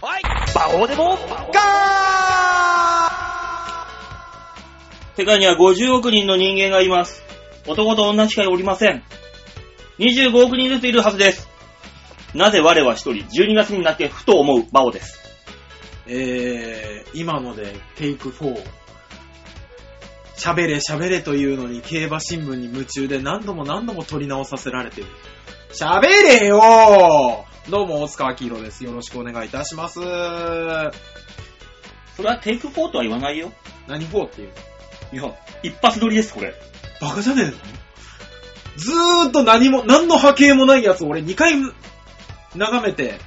こうでも世界には50億人の人間がいます。男と女しかおりません。25億人ずついるはずです。なぜ我は一人、12月になってふと思うバオです。えー、今のでテイク4。喋れ喋れというのに競馬新聞に夢中で何度も何度も撮り直させられてる。喋れよーどうも、大塚明宏です。よろしくお願いいたします。それはテイク4とは言わないよ。何4っていういや、一発撮りです、これ。バカじゃねえのずーっと何も、何の波形もないやつを俺2回眺めて、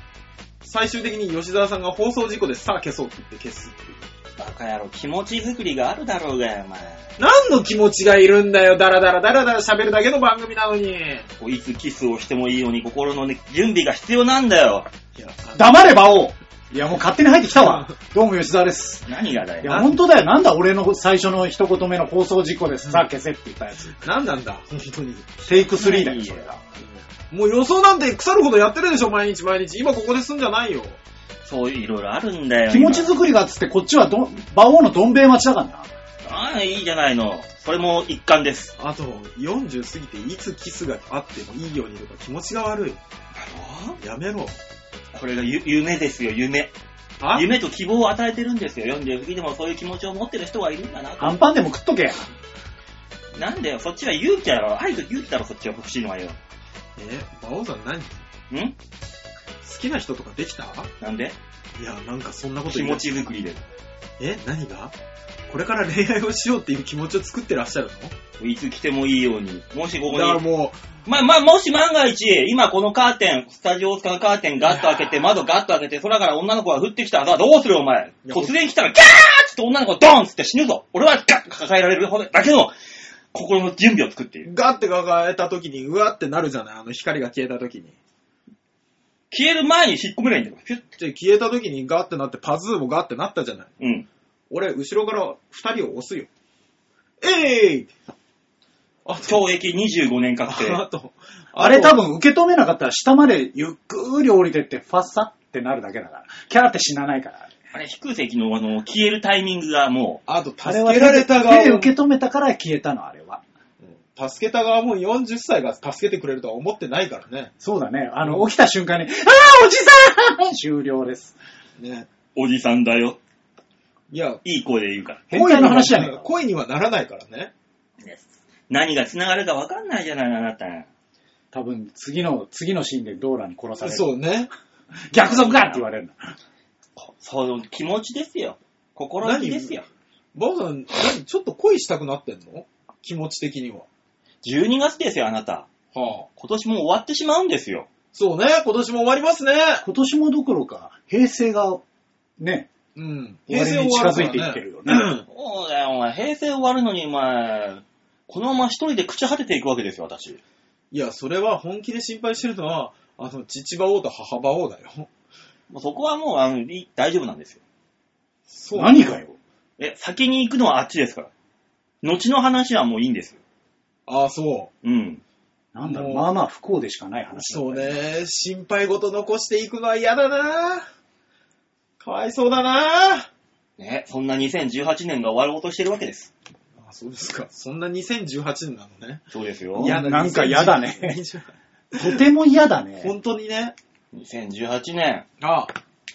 最終的に吉沢さんが放送事故でさあ消そうって言って消すっていう。バカ野郎、気持ち作りがあるだろうがよ、お前。何の気持ちがいるんだよ、だらだらだらだら喋るだけの番組なのに。いこういつキスをしてもいいように心の、ね、準備が必要なんだよ。や、黙れ、馬王いや、もう勝手に入ってきたわ。 どうも吉沢です。何がだいよ。や、本当だよ。なんだ俺の最初の一言目の放送事故です。さあ消せって言ったやつ。何なんだ、本当に。テイク3だよ、それが。もう予想なんて腐るほどやってるでしょ、毎日毎日。今ここですんじゃないよ。そういういろいろあるんだよ。気持ち作りがっつって、こっちはど、馬王のどん兵衛待ちだからな。今ああ、いいじゃないの。それも一環です。あと、40過ぎていつキスがあってもいいようにとか気持ちが悪い。やめろ。これがゆ夢ですよ、夢。あ夢と希望を与えてるんですよ。40過ぎでもそういう気持ちを持ってる人がいるんだなと。アンパンでも食っとけや。なんだよ、そっちは勇気だろ。愛と勇気だろ、そっちは欲しいのはよ。え、馬王さん何好んきな人とかできたなんでいや、なんかそんなこと気言持うち作りで。え、何がこれから恋愛をしようっていう気持ちを作ってらっしゃるいつ来てもいいように。もしこのこだからに、もまあまあ、もし万が一、今このカーテン、スタジオ大塚のカーテンガッと開けて、窓ガッと開けて、空から女の子が降ってきたらさ、どうするお前。いや突然来たら、ギャーッつって女の子がドーンっつって死ぬぞ。俺はガッと抱えられるほどだけの、心の準備を作っていうる。、ガッて抱えた時に、うわってなるじゃないあの光が消えた時に。消える前に引っ込めないいんだよ。ピュッ。で、消えた時にガッてなって、パズーもガッてなったじゃない。うん。俺、後ろから二人を押すよ。えい、あと、懲役25年確定。あと、あれ多分受け止めなかったら下までゆっくり降りてってファッサってなるだけだから。キャラって死なないから。あれ、低い席のあの、消えるタイミングがもあと、あ助れはけられた側手でも、受け止めたから消えたの、あれは。うん助けた側も40歳が助けてくれるとは思ってないからね。そうだね。あの、起きた瞬間に、ああおじさん終了です。ね。う、おじさんだよ。いや、いい声で言うから。変態の話じゃねえか。恋にはならないからね。何が繋がるか分かんないじゃないの、あなた。多分、次の、次のシーンでドーラに殺される。そうね。逆賊かって言われるの。こその気持ちですよ。心意気ですよ。バオさん、何ちょっと恋したくなってんの気持ち的には。 12月ですよ、あなた。はあ。今年も終わってしまうんですよ。そうね、今年も終わりますね。今年もどころか、平成が、ね、うん。終わりに近づいていってるよね。そうだよ、お前。平成終わるのに、お前、このまま一人で朽ち果てていくわけですよ、私。いや、それは本気で心配してるのは、あの、父馬王と母馬王だよ。もうそこはもう、あの、い大丈夫なんですよ。そう何がよ。え、先に行くのはあっちですから。後の話はもういいんですよ。ああ、そう。うん。なんだろう、もうまあまあ不幸でしかない話だそうね、心配事残していくのは嫌だなかわいそうだなあね、そんな2018年が終わろうとしてるわけです。あ、そうですか。そんな2018年なのね。そうですよい。やなんか嫌だね2018とても嫌だね。本当にね。 2018年、ああ。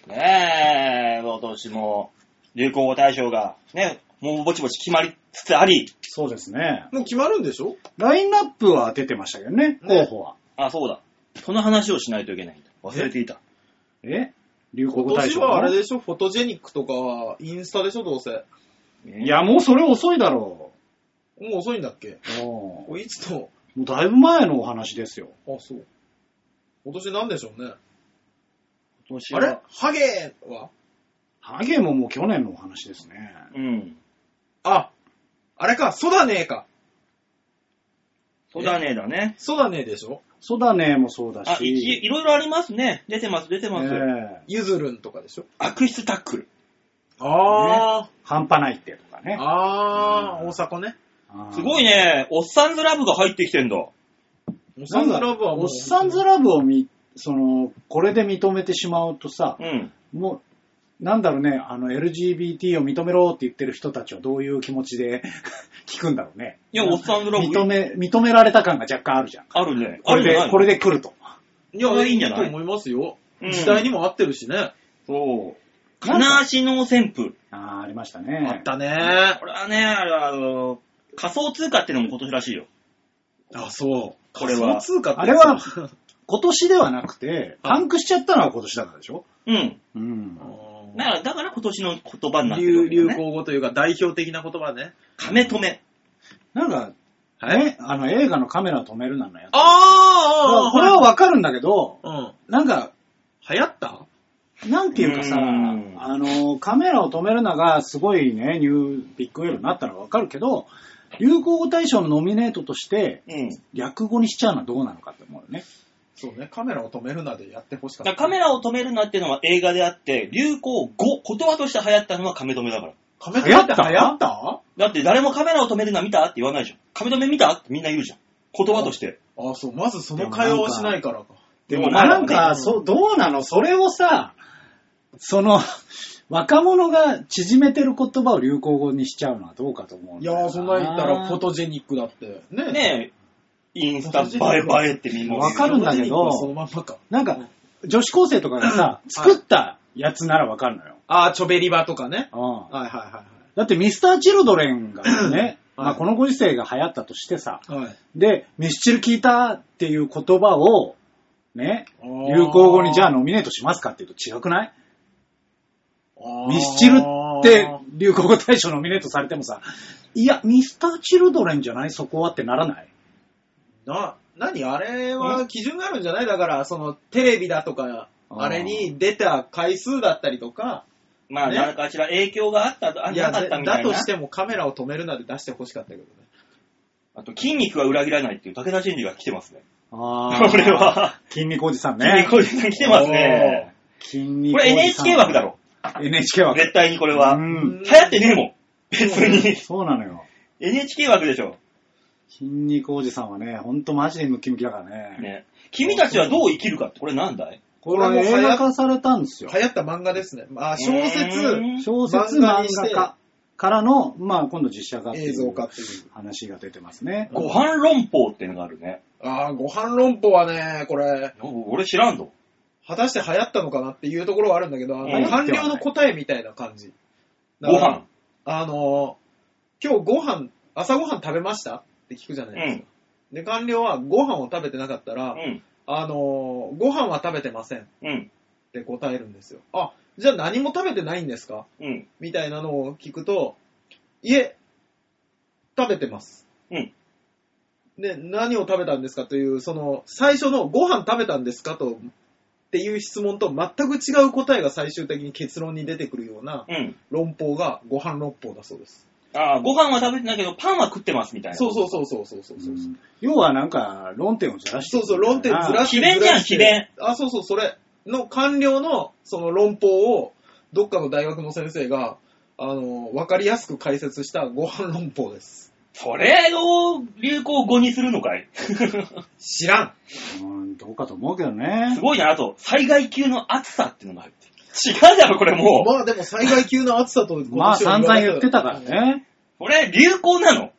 ねえ、今年も流行語大賞が、ね、もうぼちぼち決まりつつあり、そうですね。もう決まるんでしょラインナップは出てましたけどね、候補は。あ、そうだ。その話をしないといけないんだ。忘れていた。え流行語今大年賞はあれでしょフォトジェニックとか、インスタでしょどうせ。もいい、や、もうそれ遅いだろう遅いんだっけう。おうこれいつと、もうだいぶ前のお話ですよ。あ、そう。今年なんでしょうね。今年あはれハゲはハゲももう去年のお話ですね。うん。あ、あれか、ソダネーか。そうだねだね。ソダネーでしょソダネもそうだあ、いし。いいろいろありますね。出てます、出てます。ええユズルンとかでしょ悪質タックル。あ半端ないってとかー、ね。あー、大阪ね。すごい。いね。おっさんずラブが入ってきてんだ。おっさなんんずだラブはもう。おっさんずラブをみ、その、これで認めてしまうとさ、うん。もなんだろうね、あの、LGBT を認めろって言ってる人たちはどういう気持ちで 聞くんだろうね。いや、おっさんずらぶ認め、認められた感が若干あるじゃん。あるね。これあるじゃなで、いこれで来ると。いこや、れいいいいんじゃないと思いますよ。うん時代にも合ってるしね。そう。なんか金足の旋風。あーありましたあねっ。たね。これはね、あれはあの、仮想通貨ってのも今年らしいよ。あ、そう。これは仮想通貨ってあれは今年ではなくて、あパンクしちゃったのは今年だからでしょうん。うん。うんだから、だから今年の言葉になってる流わけだ流ね。行語というか代表的な言葉ね。亀止め。なんか、はいね、あの映画のカメラ止めるなのやつ。あこれはわかるんだけど、うん。なんか、流行ったなんていうかさ、うんあの、カメラを止めるながすごいね、ニュービッグウェーブになったのはわかるけど、流行語大賞のノミネートとして、うん。だ略語にしちゃうのはどうなのかって思うよね。そうね、カメラを止めるなでやってほしかからカメラを止めるなっていうのは映画であって、流行語、言葉として流行ったのは亀止めだから。カメ流行った流行っただって誰もカメラを止めるな見たって言わないじゃん。亀止め見たってみんな言うじゃん。言葉として。あ、そう、まずその会話をしないからか。でもなんか、そう、どうなのそれをさ、その、 若者が縮めてる言葉を流行語にしちゃうのはどうかと思ういだよ。やー、そんなん言ったらフォトジェニックだって。ねねえ、インスタ映え映えってみんな言うわかるんだフォトジェけどニックはそのまんまか。なんか、女子高生とかがさ、作ったやつならわかるのよ。あー、チョベリバとかね。うんはいはだってミスター・チルドレンがね、はいまあこのご時世が流行ったとしてさ、いはい。はい。で、ミスチル聞いたっていう言葉を、ね、あー流行語にじゃあノミネートしますかっていうと違くないあーミスチルって流行語大賞ノミネートされてもさ、いや、ミスター・チルドレンじゃないそこはってならないな、何あれは基準があるんじゃないだから、その、テレビだとか、あーあれに出た回数だったりとか、まあ、ねなんかしら影響があったと、あいなや、かったみただいな。としてもカメラを止めるなで出してほしかったけどね。あと、筋肉は裏切らないっていう武田真治が来てますね。あーこれ。は、筋肉おじさん筋ね。肉おじさん来てますね。筋肉こおじれさん。 NHK 枠だろ。 NHK 枠。絶対にこれは。う流行ん。ってねえもん。別に。そうなのよ。 NHK 枠でしょ。筋肉おじさんはね、ほんとマジでムキムキだからね。ね。君たちはどう生きるかって、これなんだいこれは映画化されたんですよ。流行った漫画ですね。まあ、小う説、ん小説漫漫画画にして化からの、まあ今度実写化ってい映う像化っていう。話が出てますね。ご飯論法ってのがあるね。ああ、ご飯論法はね、これ、お俺知らんぞ。果たして流行ったのかなっていうところはあるんだけど、あうんの官僚の答えみたいな感じ。ご飯。。あの、今日ご飯、朝ご飯食べましたって聞くじゃなういですんか。。で、官僚はご飯を食べてなかったうら、ん。あの、ご飯は食べてませんっうん。て答えるんですよ。あ、じゃあ何も食べてないんですかうん。みたいなのを聞くと、いえ、食べてます。うん。で、何を食べたんですかという、その、最初のご飯食べたんですかと、っていう質問と全く違う答えが最終的に結論に出てくるようなうん。論法がご飯論法だそうです。ああ、ご飯は食べてないけど、パンは食ってますみたいな。そうそうそうそうそうそううそう。ん要はなんか論点をずらしそてるうそう、論点ずらして。詭弁じゃんずらして詭弁。あ、そうそう、それの官僚のその論法を、どっかの大学の先生が、あの、わかりやすく解説したご飯論法です。それを流行語にするのかい 知らんうんどうかと思うけどねす。ごいな、あと、災害級の暑さっていうのが入ってる。違うだろ、これもう。まあでも災害級の暑さと今年はまあ散々言ってたから。ね。これ、流行なの。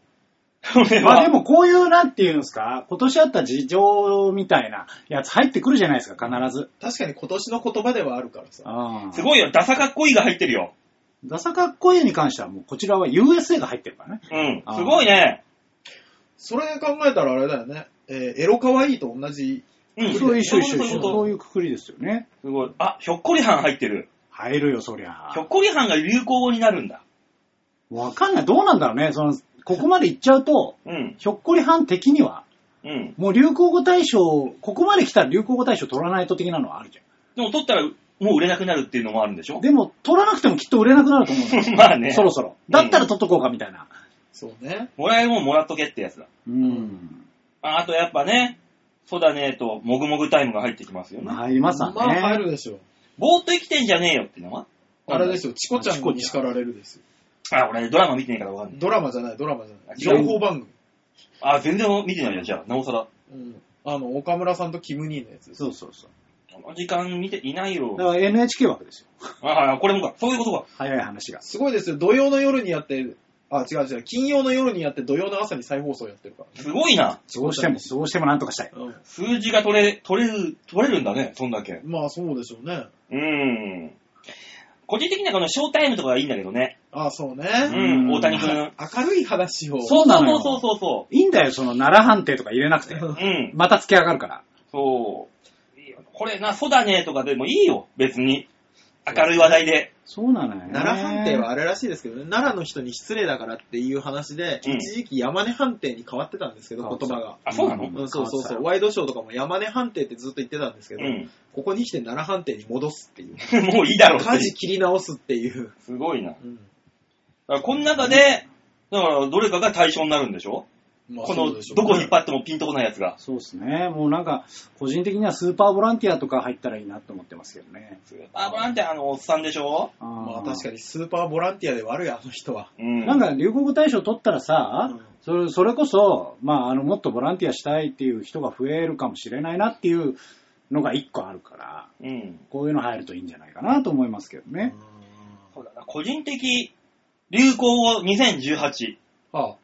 これまあでは。もこういうなんていうんですか、今年あった事情みたいなやつ入ってくるじゃないですか、必ず。確かに今年の言葉ではあるからさ。うんすごいよ、ダサかっこいいが入ってるよ。ダサかっこいいに関してはもうこちらは USA が入ってるからね。うん。あーすごいね。それ考えたらあれだよね。えーエロ可愛いと同じ。うん。そう、一緒一そう緒いう一緒。ことそういうくくりですよね。すごい。あ、ひょっこりはん入ってる。入るよ、そりゃひ。ょっこりはんが流行語になるんだ。わかんない。どうなんだろうね。その、ここまで行っちゃうと、うん。ひょっこりはん的には、うん。もう流行語大賞、ここまで来たら流行語大賞取らないと的なのはあるじでも取ったら、もう売れなくなるっていうのもあるんでしゃん。ょでも、取らなくてもきっと売れなくなると思うんだ よまあ ね。 そろそろ。だったら取っとこうか、みたいな。そうね。もらえるもんもらっとけってやつだ。うん。ああとやっぱね、そうだねと、もぐもぐタイムが入ってきますよね。入りますわね。まあ入るでしょう。ぼーっと生きてんじゃねえよっていうのはあれですよ。チコちゃんに叱られるですよ。あ、俺ドラマ見てないからわかんない。ドラマじゃない、ドラマじゃない。違う情報番組。あ、全然見てないよ、じゃあ、なおさら。うん。あの、岡村さんとキム・ニーのやつです。そうそうそう。この時間見ていないよだ。から NHK 枠ですよ。ああ、これもか。そういうことか。早い話が。すごいですよ。土曜の夜にやって、あ、違う違う。金曜の夜にやって、土曜の朝に再放送やってるから。すごいな。どうしても、どうしてもなんとかしたい。うん数字が取れ、取れる、取れるんだね、そんだけ。まあそうでしょうね。うーん。個人的にはこのショータイムとかがいいんだけどね。あそううね。ん、うん大谷くん。明るい話を。そうなのよそうそうそいいんだよ、その奈良判定とか入れなくて。うそう。うん。また付け上がるから。そう。いいよこれな、そうだねとかでもいいよ、別に。明るい話題で。そうなのよね。奈良判定はあれらしいですけどね、奈良の人に失礼だからっていう話で、うん一時期山根判定に変わってたんですけど、言葉が。あ、そうなのううんん。うん、そうそう変そわう。っワイドショーとかも山根判定ってずっと言ってたんですけど、ここに来て奈良判定に戻すっていう。 もういいだろうっていう舵切り直すっていう。すごいな。だかうんらこの中で、だからどれかが対象になるんでしょまあこそのうでしょうねどこ引っ張ってもピンとこないやつが。そうですね。もうなんか、個人的にはスーパーボランティアとか入ったらいいなと思ってますけどね。あ、ボランティアのおっさんでしょあまあ確かに。にスーパーボランティアで悪い、あの人は。うん。なんか流行語大賞取ったらさ、うんそれそれこそ、まあ、あのもっとボランティアしたいっていう人が増えるかもしれないなっていうのが一個あるから、うん。こういうの入るといいんじゃないかなと思いますけどね。そうだな。個人的流行語2018。うんああ。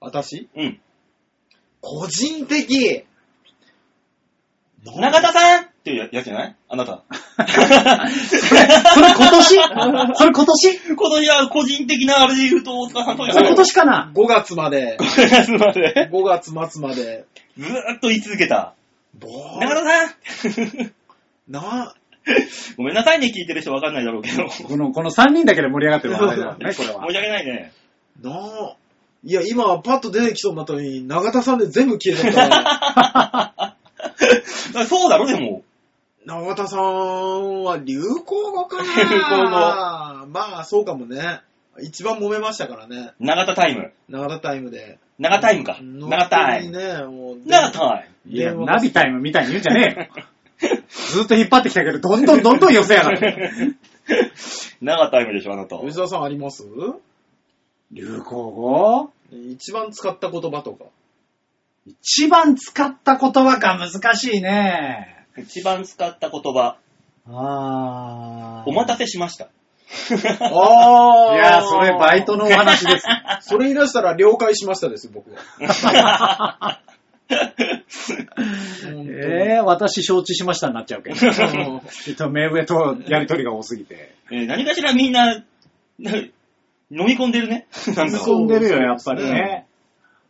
私うん。個人的中田さんっていうやつじゃないあなた。それ今年それ今 年今年は個人的なあれで言うと大塚さんとそやれ今年かな ?5 月まで、 5月 まで5月末まで、ずーっと言い続けた。ぼ中ー田さんな、 ごめんなさいね、聞いてる人わかんないだろうけど。申しこの、この3人だけで盛り上がってる話だ よね、これは。訳ないね。な、いや、今、パッと出てきそうになったのに、永田さんで全部消えちゃったから、そうだろ、でも。 永田さんは流行語かな流行語。まあ、そうかもね。一番揉めましたからね。長田タイム。永田タイムで。長タイムか。長タイム。ね、もう。長タイム。いや、ナビタイムみたいに言うんじゃねえよ。ずっと引っ張ってきたけど、どんどんどんどん寄せやがって。 長タイムでしょ、あなた。吉田さんあります流行語一番使った言葉とか。一番使った言葉が難しいね。一番使った言葉。あー。お待たせしま した。あいや、それバイトのお話です。それ言い出したら了解しましたです、僕は。 えー、私承知しましたになっ ちゃうけえど。ー、きっと目上とやりとりが多すぎて。えー何かしらみんな、な飲み込んでる ね。なんかそう進んでるよ、やっぱりね。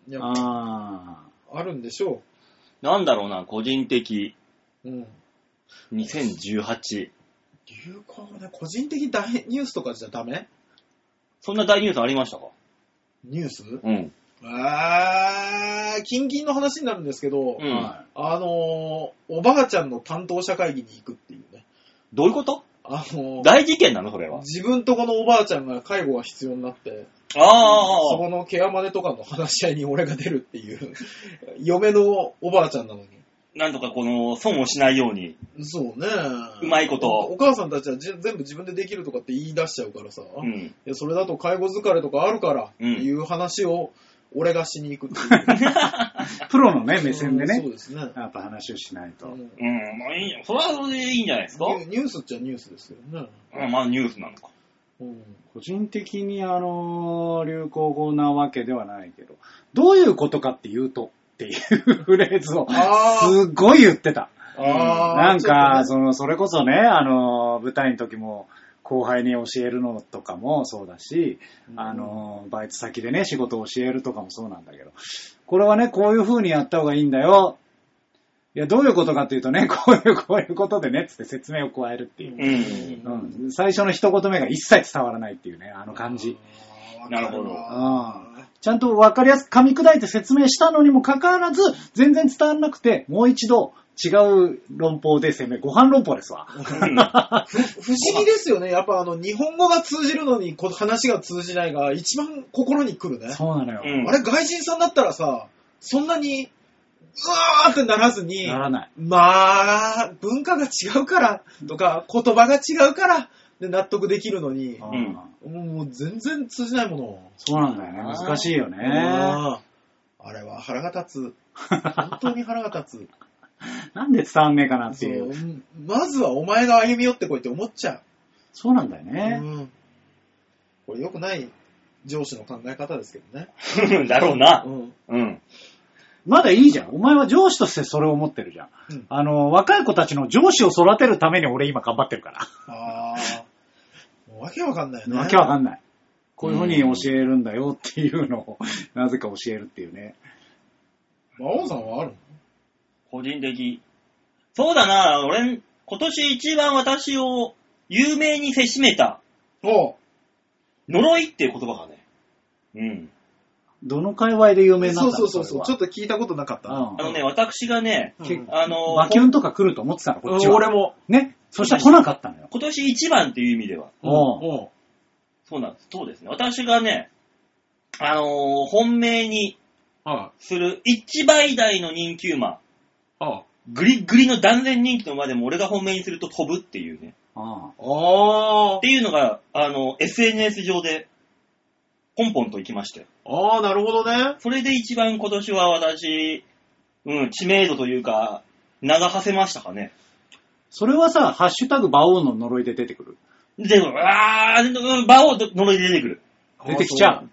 いやああるんでしょなんだろうな、個人的う。うん。 2018。流行語ね、個人的大ニュースとかじゃダメそんな大ニュースありましたかニュースうん。あー、近々の話になるんですけど、うー。んはあのー、おばあちゃんの担当者会議に行くっていうね。どういうことあのー、大事件なのそれは。自分とこのおばあちゃんが介護が必要になって、そああ、このケアマネとかの話し合いに俺が出るっていう、 嫁のおばあちゃんなのに。なんとかこの損をしないように。そうね。うまいことおお母さんたちはじ全部自分でできるとかって言い出しちゃうからさ、ういん。やそれだと介護疲れとかあるからってうんいう話を俺がしに行くっていう。 い。プロのね、目線でうんそねう、ですね。やっぱ話をしないと。うんうん、まあいいんじゃん。それはそれでいいんじゃないですか。ニュニュースっちゃニュースですよね。うん、まあニュースなのか。うん個人的にあの、流行語なわけではないけど、どういうことかっていうとっていうフレーズをあーすっごい言ってた。あーなんか、ちょっその、それこそね、あの、舞台の時も、後輩に教えるのとかもそうだし、うんあの、バイト先でね、仕事を教えるとかもそうなんだけど、これはね、こういう風にやった方がいいんだよ。いや、どういうことかっていうとね、 こういう、こういうことでね、つって説明を加えるってという。ねう、うん最初の一言目が一切伝わらないっていうね、あの感じ。あーなるほどうんちゃんと分かりやすく噛み砕いて説明したのにもかかわらず、全然伝わらなくて、もう一度違う論法で攻め、ご飯論法ですわ。不 思議ですよね。やっぱあの、日本語が通じるのにこ話が通じないが、一番心に来るね。そうなのよ。うんあれ、外人さんだったらさ、そんなに、うわーってならずに、ならない。まあ、文化が違うから、とか、言葉が違うから、で納得できるのに、うんんもう全然通じないもの。そうなんだよね。難しいよね。 あーあれは腹が立つ。本当に腹が立つ。なんで伝わんねえかなっていう。そうまずはお前が歩み寄ってこいって思っちゃそうなんだよう。ね。うんこれ良くない上司の考え方ですけどね。 だろうなう。ん。うん。まだいいじゃん。お前は上司としてそれを思ってるじゃん。うんあの、若い子たちの上司を育てるために俺今頑張ってるから。ああ。もうわけわかんないよね。わけわかんない。こういうふうに教えるんだよっていうのを、なぜか教えるっていうね。魔王さんはある個人的。そうだな、俺、今年一番私を有名にせしめたのおう呪いっていう言葉がね。うん。どの界隈で有名になったそのうそうそうそう。ちょっっと聞いたことなかったな。あのね、私がね、うんあの、バキュンとか来ると思ってたの、こっちうんは。俺も。ね。そしたら来なかったのよ。今年一番っていう意味では、うんおうそうなんです。そうですね。私がね、あのー本命にあする一倍台の人気馬、あ。ああ。グリッグリの断然人気の馬でも俺が本命にすると飛ぶっていうね。ああっていうのが、あの、SNS 上で、ポンポンと行きまして。あ。ああ、なるほどね。それで一番今年は私、うん、知名度というか、名が馳せましたかね。それはさ、ハッシュタグ馬王の呪いで出てくる。で、うわー、うん馬王呪いで出てくる。出てきちゃああ。う。そう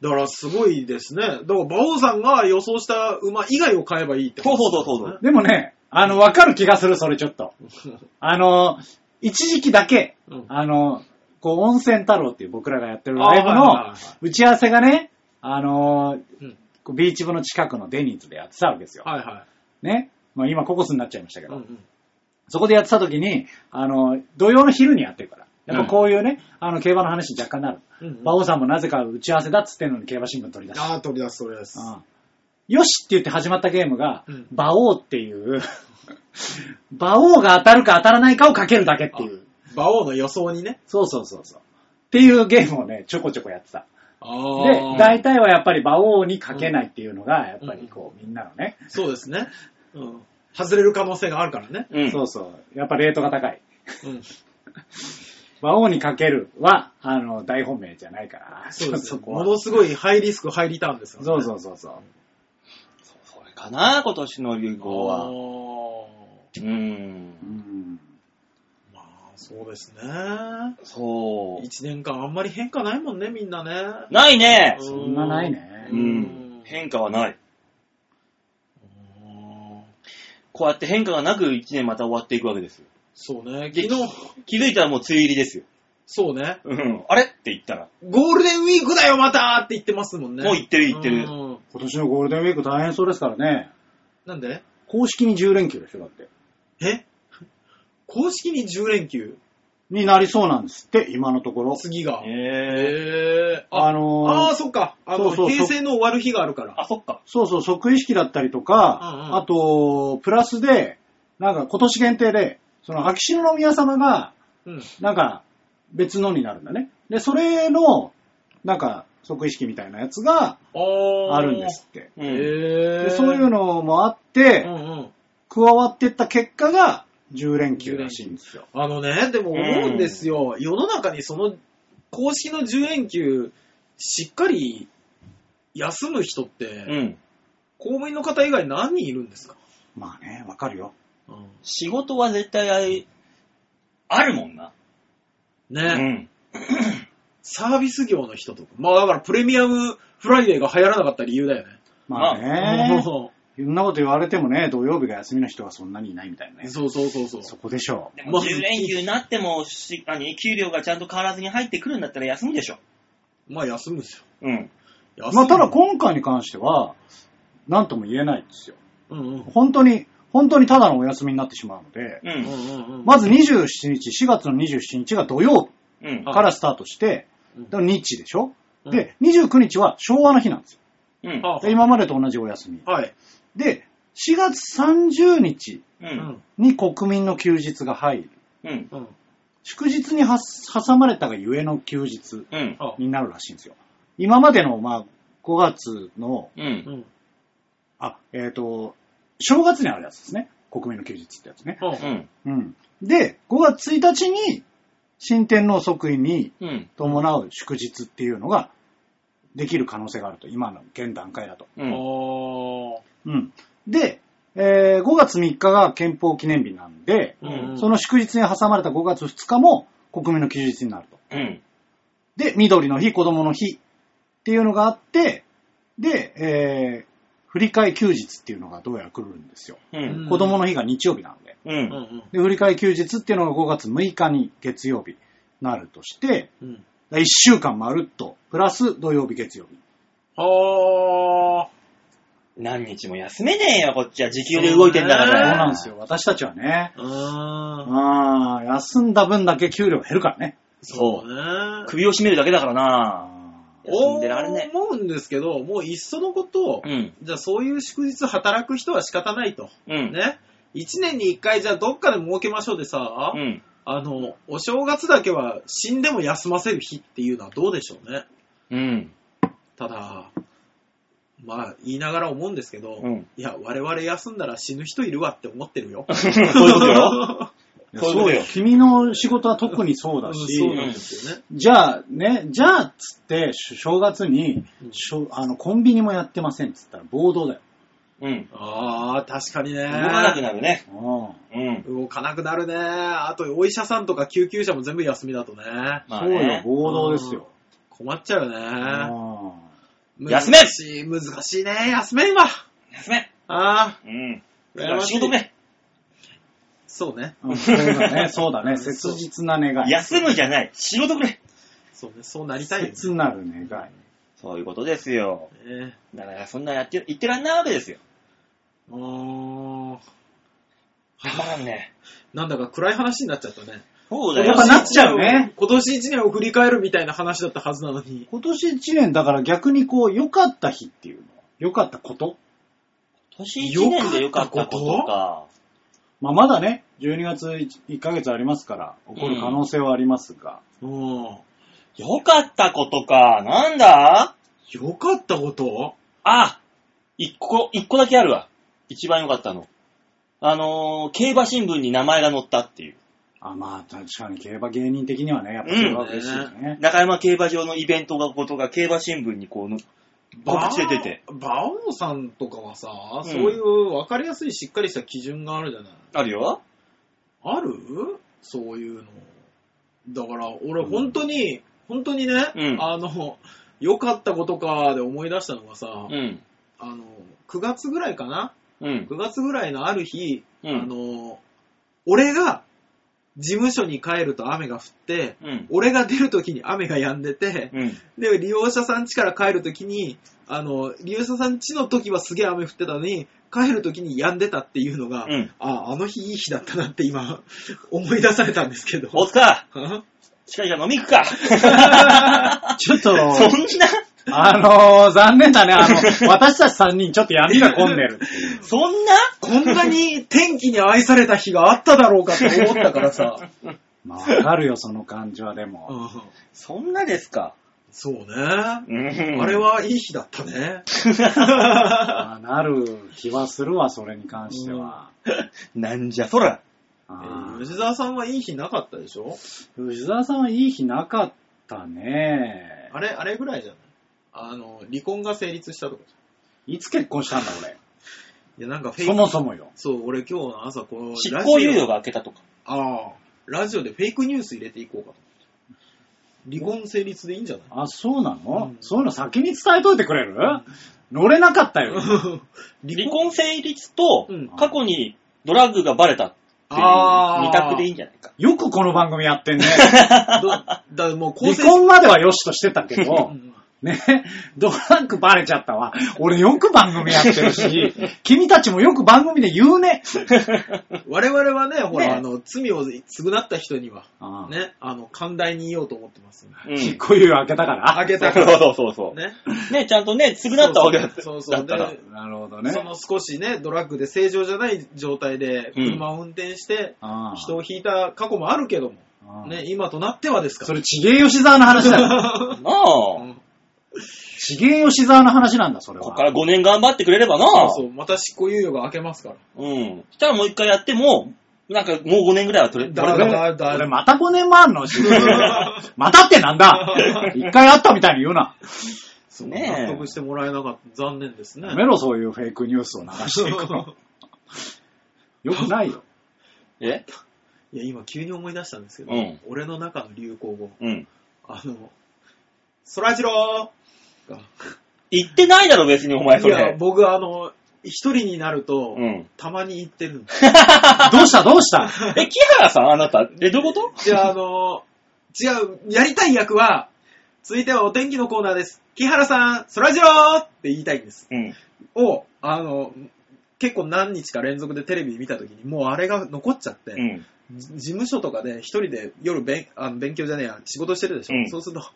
だからすごいですね。だから馬王さんが予想した馬以外を買えばいいってそうこそうそうそう。でもね、あの、わかる気がする、それちょっと。と。あの、一時期だけ、うんあの、こう、温泉太郎っていう僕らがやってるあライブはいはいはいはのい打ち合わせがね、あの、うんこうビーチ部の近くのデニーズでやってたわけですよ。はいはね。まあ今ココスになっちゃいましたけい。うど、んうんそこでやってた時に、あの、土曜の昼にやってるから。やっぱこういうね、あの、競馬の話に若干なる。うんうん馬王さんもなぜか打ち合わせだっつってんのに競馬新聞取り出しああ、取り出す取り出す。うんよしって言って始まったゲームが、うん馬王っていう、 馬王が当たるか当たらないかをかけるだけっていう。馬王の予想にね。そうそうそうそう。っていうゲームをね、ちょこちょこやってた。あであ、大体はやっぱり馬王にかけないっていうのが、やっぱりこう、みんなのね、そうですね。うん。外れる可能性があるからね。うん。そうそう。やっぱレートが高い。うん。馬王にかけるは、あの、大本命じゃないから、そう です、ね。こもはのすごいハイリスク、ハイリターンですよね。そうそうそうそう。それかな、今年の流行は。あう。うんん。ーまあ、そうですね。そう。一年間あんまり変化ないもんね、みんなね。ないね。そんなないねう。ん。変化はない。うんこうやって変化がなく一年また終わっていくわけですよ。そうね。で昨日、気づいたらもう梅雨入りですよ。そうね。うん。あれって言ったら、ゴールデンウィークだよ、またって言ってますもんね。もう行ってる行ってるうん今年のゴールデンウィーク大変そうですからね。なんで公式に10連休でしょ、だって。え公式に10連休になりそうなんですって、今のところ。次が。えええー、ああ、のーあー、そっか。あの、そうそうそう平成の終わる日があるから。あ、そっか。そうそう、即意識だったりとか、うんうんあと、プラスで、なんか今年限定で、その秋篠宮様が、うん。なんか別のになるんだね。で、それの、なんか即意識みたいなやつがああるんです。って。うん。えでそういうのもあって、うんうん。加わってった結果が10連休らしいんですよ。あのね、でも思うんですよ。世の中にその、公式の10連休、しっかり休む人って、うん。公務員の方以外何人いるんですか、まあね、わかるよ。仕事は絶対あいあるもんな。ね、うん。サービス業の人とか。まあだからプレミアムフライデーが流行らなかった理由だよね。まあね、 そいろんなこと言われてもね、土曜日が休みの人がそんなにいないみたいなね。うそうそうそう。そこでしょう。でもまず10連休になっても、し何給料がちゃんと変わらずに入ってくるんだったら休むでしょ。まあ休むんですうん。よ。休むまあ、ただ今回に関しては、なんとも言えないんですよ。うんうん。本当に、本当にただのお休みになってしまうので、ううんん。うんうん。まず27日、4月の27日が土曜うん。あからスタートしてうん、だから日でしょ、うんで、29日は昭和の日なんですよ。うん。あで今までと同じお休み。はい。で、4月30日う。うんん。に国民の休日が入る。うん。うん。祝日には挟まれたがゆえの休日うん。あになるらしいんですよ。今までの、まあ、5月の、うん。ん。あ、えっ、と、正月にあるやつですね。国民の休日ってやつね。う。うんん。うん。で、5月1日に、新天皇即位にうん。伴う祝日っていうのが、できる可能性があると。今の現段階だと。うん。あうん。で、ええー5月3日が憲法記念日なんで、うんその祝日に挟まれた5月2日も国民の休日になると。うん。で、緑の日、子供の日っていうのがあって、で、えー振り替え休日っていうのがどうやら来るんですよ。うん。子供の日が日曜日なんで。う。うんんで、振り替え休日っていうのが5月6日に月曜日になるとして、うん。うん。 1週間まるっと、プラス土曜日、月曜日。は何日も休めねえよ、こっちは。時給で動いてんだかそうねら。なんですよ。私たちはね。ー。うーん。あー休んだ分だけ給料減るからね。そうね首を絞めるだけだからな。休んでられね思うんですけど、もういっそのこと、うん。じゃあそういう祝日働く人は仕方ないと。うん。ね。一年に一回じゃあどっかで儲けましょうでさ、うん。あの、お正月だけは死んでも休ませる日っていうのはどうでしょうね。うん。ただ、まあ言いながら思うんですけど、うんいや、我々休んだら死ぬ人いるわって思ってるよ。 そういうことよ。 いやそうよ君の仕事は特にそうだし、そうなんですよね。じゃあね、じゃあっつって、し正月にう、んしょあの、コンビニもやってませんっつったら暴動だよ。うん。ああ、確かにね。動かなくなるね。うんうん。動かなくなるね。あと、お医者さんとか救急車も全部休みだとね。まあそうよね、。暴動ですよ。困っちゃううね。ん休め難しい、難しいね。休めんわ。休め。ああ、うん。だか羨まらしい仕事くれ。そうね。うんそうだね、そうだね、切実な願い。休むじゃない。仕事くれ。そうね、そうなりたいよね。切なる願い。そういうことですよ。ねだからそんなやって、言ってらんないわけですよ。うーんたまらんね。なんだか暗い話になっちゃったね。そうだやよっぱ。なっちゃうね。今年一年を振り返るみたいな話だったはずなのに。今年1年だから逆にこう、良かった日っていうの。良かったこと年一年で良かったことか。まあ、まだね、12月 1, ヶ月ありますから、起こる可能性はありますが、うん。良かったことか。なんだよかったことあ一個、一個だけあるわ。一番良かったの。あのー、競馬新聞に名前が載ったっていう。あまあ確かに競馬芸人的にはね、やっぱそれは嬉しいよね。中山競馬場のイベントがことが競馬新聞にこうの、告知で出て。バオさんとかはさ、んそういう分かりやすいしっかりした基準があるじゃない。あるよ。あるそういうの。だから、俺本当に、本当にね、うんあの、良かったことかで思い出したのがさ、うん。あの、9月ぐらいかなうん。 ?9 月ぐらいのある日、うんあの、俺が事務所に帰ると雨が降って、うん。俺が出るときに雨が止んでて、うん。で、利用者さん家から帰るときに、あの、利用者さん家の時はすげえ雨降ってたのに、帰るときに止んでたっていうのが、うんあ、あの日いい日だったなって今、 思い出されたんですけど。大塚、は近々飲み行くか。 ちょっ そんと、な、 あのー残念だ ね、あの、私たち3人ちょっと闇が混んでる。そんなこんなに天気に愛された日があっただろうかって思ったか らさ。まあわかるよ、その感じはでうも。んそんなですか。そうね。うんあれはいい日だったね。まあなる気はするわ、それに関しては。なんじゃそら。あー吉沢さんはいい日なかったでしょ吉沢さんはいい日なかったね。あれ、あれぐらいじゃないあの、離婚が成立したとかじいつ結婚したんだ、俺。ゃん。いや、なんかフェイク。そもそもよ。そう、俺今日の朝この執行猶予が明けたとか。ああ、ラジオでフェイクニュース入れていこうかと。離婚成立でいいん じゃないあ、そうなの、うんそういうの先に伝えといてくれる、乗れなかったよ。離婚成立とうん、過去にドラッグがバレたっていうあー二択でいいんじゃないか。よくこの番組やってんね。どだからもう 構離成婚までは良しとしてたけうど、んね、 ドラッグバレちゃったわ。俺よく番組やってるし、君たちもよく番組で言うね。我々はね、ほら、ねあの、罪を償った人には、ああね、あの、寛大に言おうと思ってますんで。う引っん。越しを開けたから。あげた そかうら。そうそうそう。ね。ね、ちゃんとね、償ったわけだったそうそうそうだからでなるほどその少しね、ドラッグで正常じゃない状態でうん車を運転してああ人を引いた過去もあるけども、ああね、今となってはですかそら。れ、ちげえ吉沢の話だよ。なあ、うんちげえ吉沢の話なんだ、それは。こっから5年頑張ってくれればなそうそう、また執行猶予が明けますから。うん。したらもう一回やっても、なんかもう5年ぐらいは取れ、だ取れ俺るだだだ俺また5年もあんのまたってなんだ一回あったみたいに言うな。そうねえ納得してもらえなかった。残念ですね。やめろ、そういうフェイクニュースを流していくの。よくないよ。え いや、今急に思い出したんですけど、うん俺の中の流行語、うん。あの、そらジローが言ってないだろ、別にお前そいや、れ。僕あの、一人になると、うん。たまに行ってるんでどうしたどうしたえ、木原さんあなた。え、どういうことじゃあ、あの違う、やりたい役は、続いてはお天気のコーナーです。木原さん、そらジローって言いたいんです。うん。を、あの、結構何日か連続でテレビ見た時に、もうあれが残っちゃって、うん。じ事務所とかで一人で夜勉あの勉強じゃねえや、仕事してるでしょ。うんそうすると、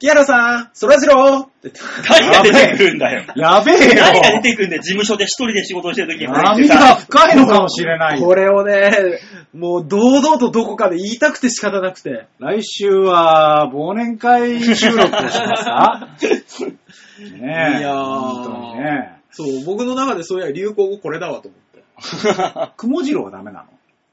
木原さん、そらジローって言って、何が出てくるんだ よ。やべ何えが出よ。てくるんだよ、事務所で一人で仕事してるときに。闇が深いのかもしれないよ。これをね、もう堂々とどこかで言いたくて仕方なくて。来週は忘年会収録をしま すかねえ。いやー本当にね。そう、僕の中でそういや流行語これだわと思って。雲次郎はダメなの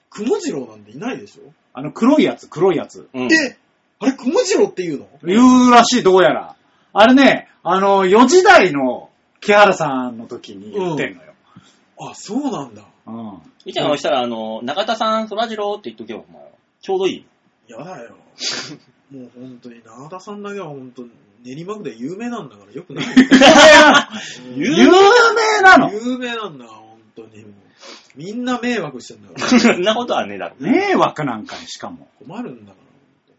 雲次郎なんていないでしょ、あの黒いやつ、黒いやつ。うんえ、あれ雲次郎って言うの言うらしい、どうやら。あれね、あの、4時台の木原さんの時に言ってんのよ。あ、そうなんだ。うん。みちゃんがしたら、あの、中田さん、そらジローって言っとけば、お前は。ちょうどいい。やだよ。 もう本当に、長田さんだけは本当に練馬区で有名なんだからよ くない。有有名なの有名なんだ、本当にもう。みんな迷惑してんだから。そんなことはねえだろ。迷惑なんかにしかも。困るんだから。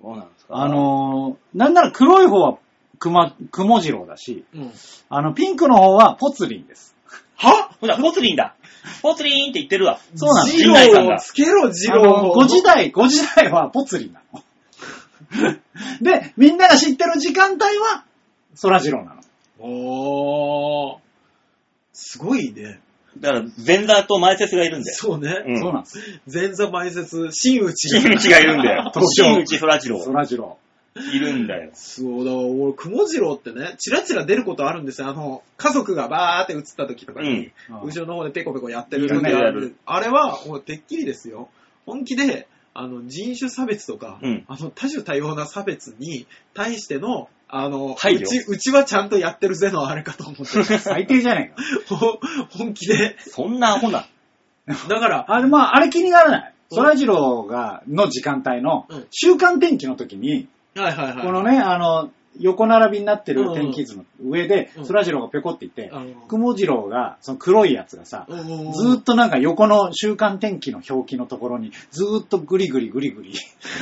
そうなんですか。あ、のー、なんなら黒い方は熊、雲次郎だし、うん。あの、ピンクの方はポツリンです。はほら、ポツリンだ。ポツリンって言ってるわ。そうなのジ陣ロ内さんーがをつけろ、ジロあーのを。 5時台、5時台はポツリンなの。 で、みんなが知ってる時間帯は、そらジローなの。おー。すごいね。だから、前座と前説がいるんだよ。そうね。うんそうなんです。 前座前説、真打ち。新内がいるんだよ。東京新内そらジロそー。らジロいるんだよ。そうだ、俺、雲次郎ってね、チラチラ出ることあるんですよ。あの、家族がバーって映った時とかうに、ん。ー。後ろの方でペコペコやってるいる時ねがあやるる。あれは、もうてっきりですよ。本気で、あの、人種差別とか、うんあの、多種多様な差別に対しての、あの、配慮うち、うちはちゃんとやってるぜのあれかと思って、 最低じゃねえか。ほ本気で。そんなアホな。だから、あれ、まあ、あれ気にならない。うんそらジローが、の時間帯のうん、週間天気の時に、はいはいはい。このね、あの、横並びになってる天気図の上でう、んそらジローがペコっていてあ、の、雲次郎が、その黒いやつがさ、うんずーっとなんか横の週間天気の表記のところに、ずーっとグリグリグリグ リ、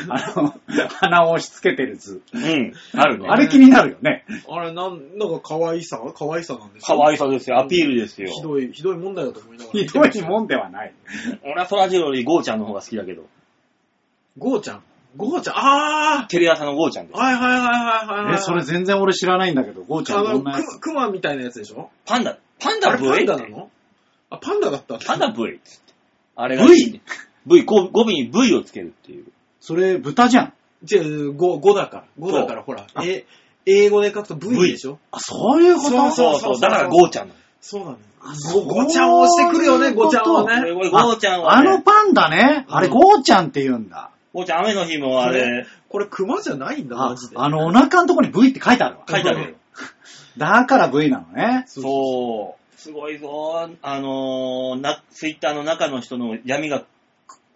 あの、鼻を押し付けてる図。うん。あるね。あれ気になるよ ね。あれ、なん、なんか可愛さ可愛さなんです可愛さですよ。アピールですよ。ひどい、ひどい問題だと思いながらひ見てどました。いもんではない。俺はそらジローよりゴーちゃんの方が好きだけど。ゴーちゃん。ゴーちゃん、あテレ朝のゴーちゃんでーす。はいはいはいはいはいはい。え、それ全然俺知らないんだけど、ゴーちゃあんどの、んなやつクマみたいなやつでしょパンダ、パンあダれブパインダなのあ、パンダだったパンダブイっつって。あれが。 V？ V、語語尾に V をつけるっていう。それ豚じゃん。違う、5、5だから。5だからほら、え、英語で書くと V でしょあ、そういうことそうそうそう。だからゴーちゃんなの。そうなのよ。そうごごちゃんを押してくるよね、そういうごこちとゃんをこね。れこれゴーちゃんはあね、のパンダね。あれ、うんゴーちゃんって言うんだ。ゴーちゃん雨の日もあれ、これクマじゃないんだ、あマジで。あの、お腹のとこに V って書いてあるわ。書いてあるよ。だから V なのね。そうそうそう。すごいぞ。あのー、な、ツイッターの中の人の闇がく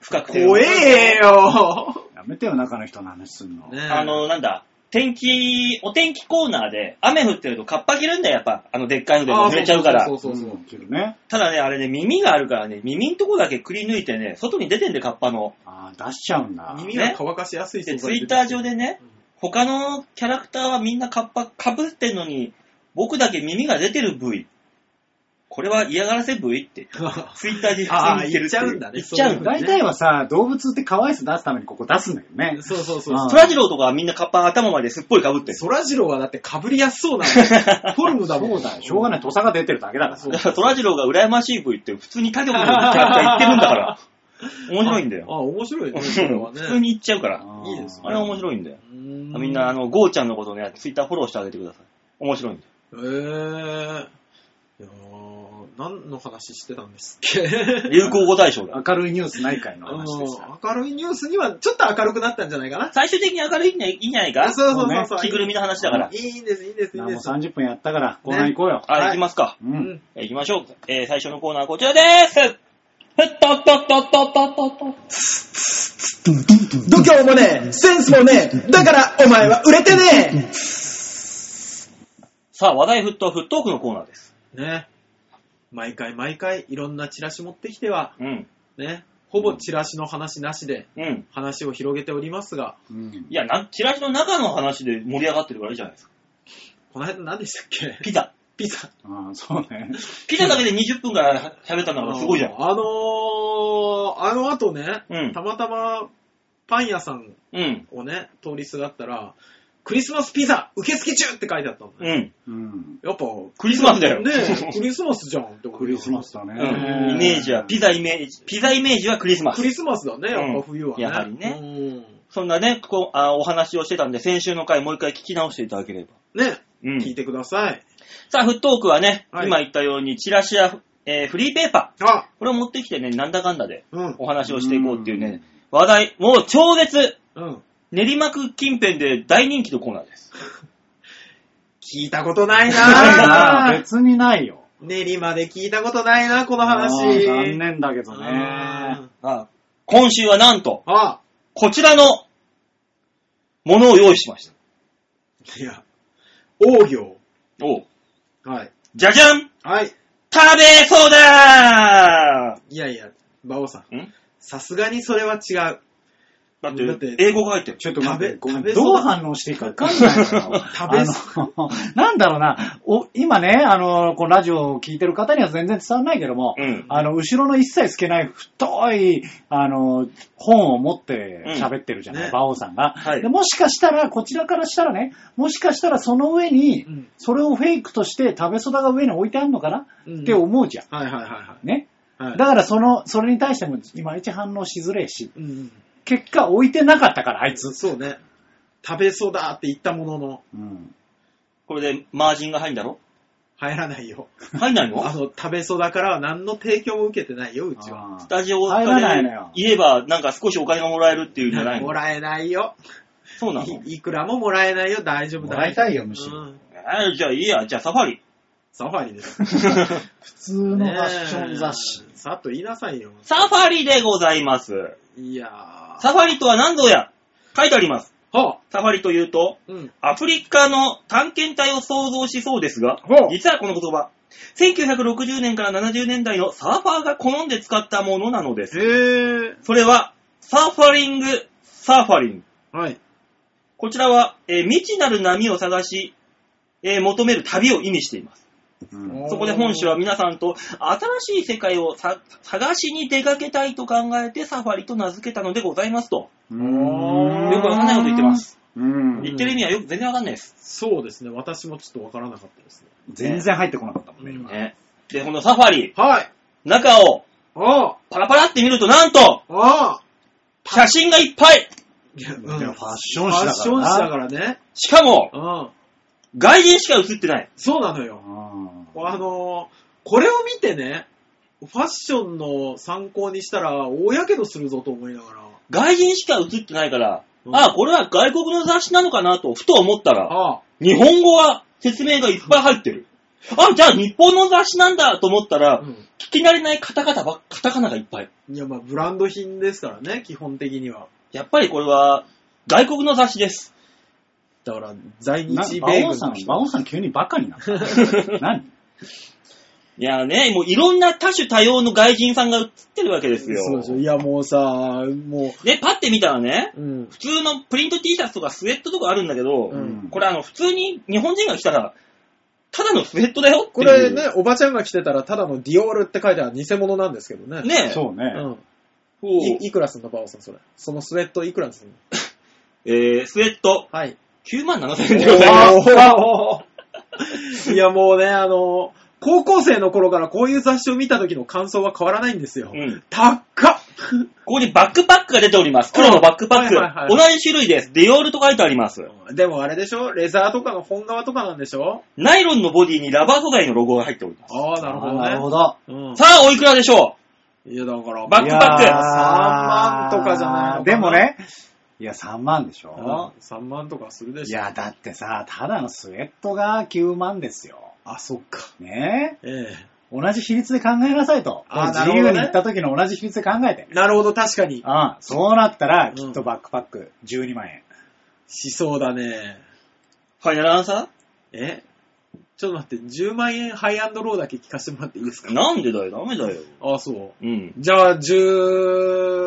深くて。怖えよやめてよ、中の人の話すんの。ねえあの、なんだ。天気、お天気コーナーで、雨降ってるとカッパ着るんだよ、やっぱ。あの、でっかいのであ濡れちゃうからそ。うそうそうそう。ん着るね。ただね、あれね、耳があるからね、耳んとこだけくり抜いてね、外に出てんだよ、カッパの。あー出しちゃうんだ。耳が乾かしやすいで、素ツ材イッター 上でね、うん他のキャラクターはみんなカッパかぶってんのに、僕だけ耳が出てる部位。これは嫌がらせ部位って、ツイッターで普通に言ってるっていあー言っちゃうんだね言っちゃうんだ。大体はさ、動物って可愛さ出すためにここ出すんだけどね。そうそうそうあ。ーそらジローとかはみんなカッパ頭まですっぽりかぶってる。そらジローはだって被りやすそうなのフォルムだそもん。うだよ。しょうがない。土佐が出てるだけだから。そうだからそらジローが羨ましい部位って普通に他局のキャラクター言ってるんだから。面白いんだよ。あ、面白いね。それは普ね通に言っちゃうから。あーいいですねあれ面白いんだよ。うーみんな、あ、の、ゴーちゃんのことね、ツイッターフォローしてあげてください。面白いんだよ。えー、いやー何の話してたんですっ け流行語大賞だ。明るいニュースないかいのあの話でした。明るいニュースにはちょっと明るくなったんじゃないかな。最終的に明るいんじゃいいんじゃないかそうそうそうそう。着ぐるみの話だから。いいんです、いいんです、いいんもうです。 30分やったから、コーナー行こうよ。あ、はい行きますか。うう。んん。行きましょう。えー、最初のコーナーはこちらでーすふっとっとっとっとっとっとっと。度胸もねえ、センスもねえ、だからお前は売れてねさあ、話題沸騰、沸騰区のコーナーです。えね毎回毎回いろんなチラシ持ってきては、うん。ね、ほぼチラシの話なしでうん。話を広げておりますが、うんいや、なん、チラシの中の話で盛り上がってるからいいじゃないですか。この間何でしたっけピザ。ピザ。あーそうね。ピザだけで20分から喋ったんだからすごいじゃん。あのー、あの後ね、うんたまたまパン屋さんうん。をね、通りすがったら、クリスマスピザ受付中って書いてあったのね。うん。うん。やっぱ、クリスマスだよ。ねえクリスマスじゃんって思うクよリスマスだうね。ん。イメージは、ピザイメージ、ピザイメージはクリスマクス。リスマスだね、やっぱ冬はね。うんやはりねうんそんなね、こうあ、お話をしてたんで、先週の回もう一回聞き直していただければ。ね、う聞いてください。さあ、フットークはね、はい今言ったように、チラシや、えーフリーペーパあ、ー、これを持ってきてね、なんだかんだでうん、お話をしていこうっていうね、話題、もう超絶、うん。練馬区近辺で大人気のコーナーです。聞いたことないな いななぁ。別にないよ。練馬で聞いたことないな、このあー話。残念だけどあね。ー。あ今週はなんと、あ、こちらのものを用意しました。いや、王行。おうはい。じゃじゃんはい。食べそうだいやいや、馬王さん。んさすがにそれは違う。だっだってて、英語が入ってる。ちょっと待って、食べごめん食べそうどう反応していいかわかんないよ食べあのなんだろうな、お今ね、あの、このラジオを聞いてる方には全然伝わらないけども、うん。あの、後ろの一切透けない太い、あの、本を持って喋ってるじゃない、うんね馬王さんが、はいで。もしかしたら、こちらからしたらね、もしかしたらその上に、うんそれをフェイクとして食べそだが上に置いてあるのかな、うんって思うじゃん。はいはいはね。いはい。だからその、それに対してもいまいち反応しづれえし、うんうん。結果置いてなかったから、あいつ。そうね。食べそうだって言ったものの、うん。これでマージンが入るんだろ入らないよ。入んないのあの、食べそうだからは何の提供も受けてないよ、うちは。あスータジオ入らないのよ言えば、なんか少しお金がもらえるっていうんじゃ ないのもらえないよ。そうなのいいくらももらえないよ、大丈夫もだ。らいたいよ、うむしろ。ん。えーじゃあいいや、じゃあサファリ。 サファリです。普通のファッション雑誌ね。え。さっと言いなさいよ。サファリでございます。いやー。サファリとは何ぞや書いてあります。ほサファリというと、う。うん。アフリカの探検隊を想像しそうですがほう、実はこの言葉、1960年から70年代のサーファーが好んで使ったものなのです。へー。それは、サーファリング、サーファリング。はい。こちらは、えー未知なる波を探し、えー求める旅を意味しています。うんそこで本州は皆さんと新しい世界をさ探しに出かけたいと考えてサファリと名付けたのでございますと。うんよくわかんないこと言ってま。す。うん言ってる意味はよく全然わかんないです。そうですね。私もちょっとわからなかったですね。全然入ってこなかったもんね、今。ね、で、このサファリ、はい。中をあパラパラって見るとなんと、あ。ああ。写真がいっぱいいや、うんいやファッション誌ファッだからなション誌だからね。しかも、うん。外人しか写ってない。そうなのよ。あのーこれを見てね、ファッションの参考にしたら大やけどするぞと思いながら。外人しか写ってないから、うんああ、これは外国の雑誌なのかなと、ふと思ったら、ああ。日本語は説明がいっぱい入ってる。あ、じゃあ日本の雑誌なんだと思ったら、う聞き慣れないカタカタば、カタカナがいっぱい。ん。いや、まあ、ブランド品ですからね、基本的には。やっぱりこれは、外国の雑誌です。だから、在な日米馬王軍さんの、人。馬王さん急にバカになった。何いやね、もういろんな多種多様の外人さんが映ってるわけですよ。そうですよ。いや、もうさ、もで、パッて見たらね、う、うん。普通のプリント T シャツとかスウェットとかあるんだけど、うんこれあの、普通に日本人が来たら、ただのスウェットだよってこいう。れね、おばちゃんが着てたら、ただのディオールって書いてある偽物なんですけどね。。ね。そうね。うん。こういいくらすんの、バオさん、それ。そのスウェットいくらすんのえー、スウェット、はい。 9万7千円でございます。 おーいや、もうね、あの、高校生の頃からこういう雑誌を見た時の感想は変わらないんですよ。うん。高っ ここにバックパックが出ております。黒のバックパック。はいはいはいは同じ種類です。ディオールと書いてあります。でもあれでしょレザーとかの本革とかなんでしょナイロンのボディにラバー素材のロゴが入っております。ああ、なるほどね。なるほど。うんさあ、おいくらでしょいや、だから、バックパックいや3ー万とかじゃないのかなでもね、いや、3万でしょ。 3万とかするでいしょ。や、だってさ、ただのスウェットが9万ですよ。あ、そっか。ねえ。え同じ比率で考えなさいと。あーな自るほどね由に行った時の同じ比率で考えて。え。なるほど、確かに。ああそうなったら、んきっとバックパック12万円。しそうだね。うファイナルアンサえちょっと待って、10万円ハイアンドローだけ聞かせてもらっていいですかーなんでだよ、ダメだよ。あ、そう。うん。じゃあ、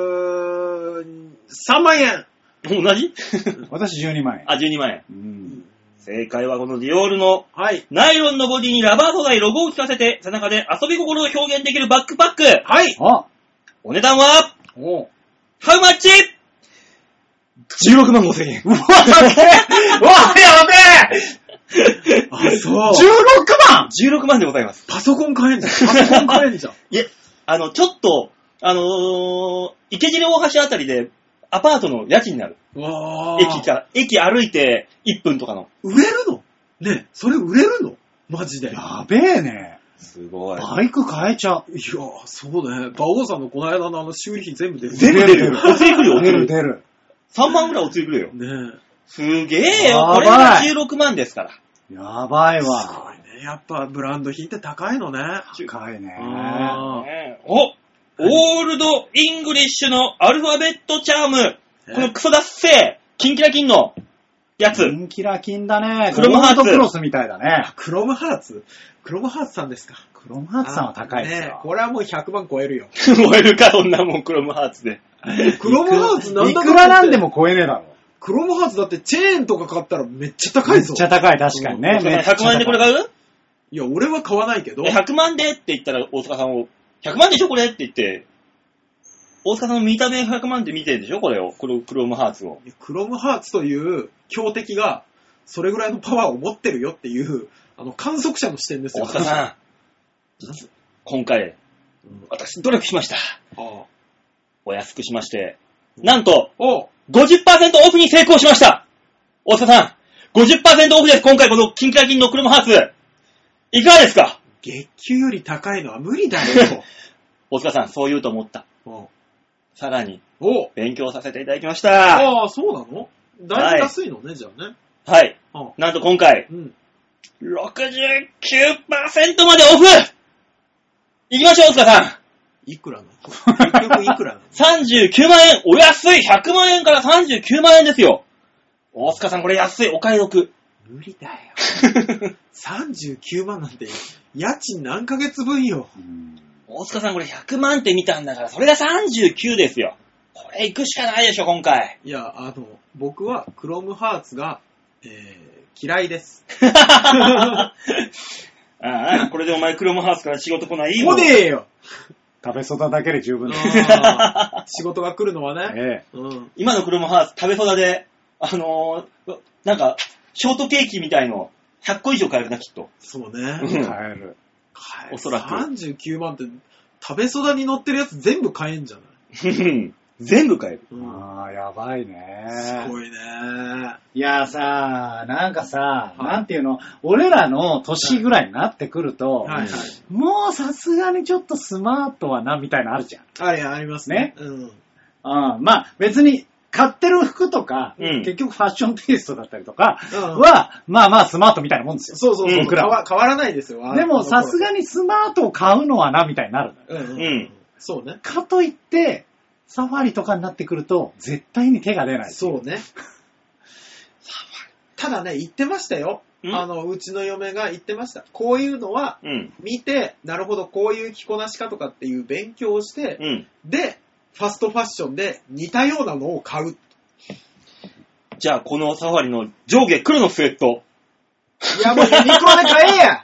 13万円同じ 私12万円。あ、12万円。うん。正解はこのディオールのはい。ナイロンのボディにラバー素材ロゴを効かせて背中で遊び心を表現できるバックパック。はいあお値段は、おハウマッチ !16 万5千円。うわ、やべえうわ、やべえあ、そう。 !16 万 !16 万でございます。パソコン買えんじゃん。パソコン買え んじゃん。いえ、あの、ちょっと、あのー、池尻大橋あたりで、アパートの家賃になる。うわー駅から、駅歩いて1分とかの。売れるのねえそれ売れるのマジで。いややべえね。すごいバイク買えちゃう。ー、そうね。馬王さんのこの間のあの修理費全部出る。全部出るよ。お釣り来るよ、お出釣るり。出る。 3万ぐらいお釣り来るよ。ねすげえよ。やばいこれが16万ですから。やばいえ。すわ。ごいね。やっぱブランド品って高いのね。高いね。あねえおオールドイングリッシュのアルファベットチャーム。えこのクソダッセー、キンキラキンのやつ。金キラキンだね。クロムハーツゴールドクロスみたいだね。クロムハーツクロムハーツさんですか。クロムハーツさんは高いですねえよ。これはもう100万超えるよ。燃えるか、そんなもん、クロムハーツで。クロムハーツなんだいかくんだらなんで。も超えねえだろ。クロムハーツだってチェーンとか買ったらめっちゃ高めいっぞ。ちゃ高い、確かにね。 100めっちゃ高い万円でこれ買ういや、俺は買わないけど。え100万でって言ったら、大塚さんを、100万でしょ、これって言って、大塚さんの見た目100万で見てるんでしょ、これを。このクロムハーツを。クロムハーツという強敵が、それぐらいのパワーを持ってるよっていう、あの、観測者の視点です大よ。塚さん、今回、うん私、努力しました。ああお安くしまして、なんと、お50%オフに成功しました大塚さん、50%オフです、今回この金キンのクロムハーツ。いかがですか月給より高いのは無理だよ。大塚さん、そう言うと思った。 おさらに、お勉強させていただきました。ああ、そうなのだいぶ安いのね、じゃあね。はい。ああなんと今回、うん。 69%までオフ行きましょう、大塚さんいくらなの結局いくらなの !39 万円お安い !100 万円から39万円ですよ大塚さん、これ安いお買い得無理だよ。39万なんて、家賃何ヶ月分よ。うん大塚さん、これ100万って見たんだから、それが39ですよこれ行くしかないでしょ、今回 いや、あの、僕はクロムハーツが、えー、嫌いです。ああ、これでお前クロムハウスから仕事来ない来ねえよ食べ育だけで十分だ。あー仕事が来るのはね。 ええ。うん。今のクロムハウス食べそうだで、あのーなんか、ショートケーキみたいの、100個以上買えるな、きっと。 そううね。 買んえる。買おそらく39万って、食べそだに乗ってるやつ全部買えんじゃない全部買える。うん。ああ、やばいね。すごいね。いやさ、なんかさ、いなんていうの、俺らの年ぐらいになってくると、はいはい。もうさすがにちょっとスマートはな、みたいなあるじゃん。あれありますね。うん。うん、まあ別に買ってる服とか、うん結局ファッションテイストだったりとかうんは、まあまあスマートみたいなもんですよ。そうそうそう。うん変わ変わらないですよ。でもさすが。がにスマートを買うのはな、みたいになるのうよ。んうん。うんそうね。かといって、サファリとかになってくると、絶対に手が出ない。そうね。ただね、言ってましたよ。んあの、うちの嫁が言ってました。こういうのは、うん。見て、なるほど、こういう着こなしかとかっていう勉強をして、うん。で、ファストファッションで似たようなのを買う。じゃあ、このサファリの上下黒のスウェット。いや、 もうユニクロで買えや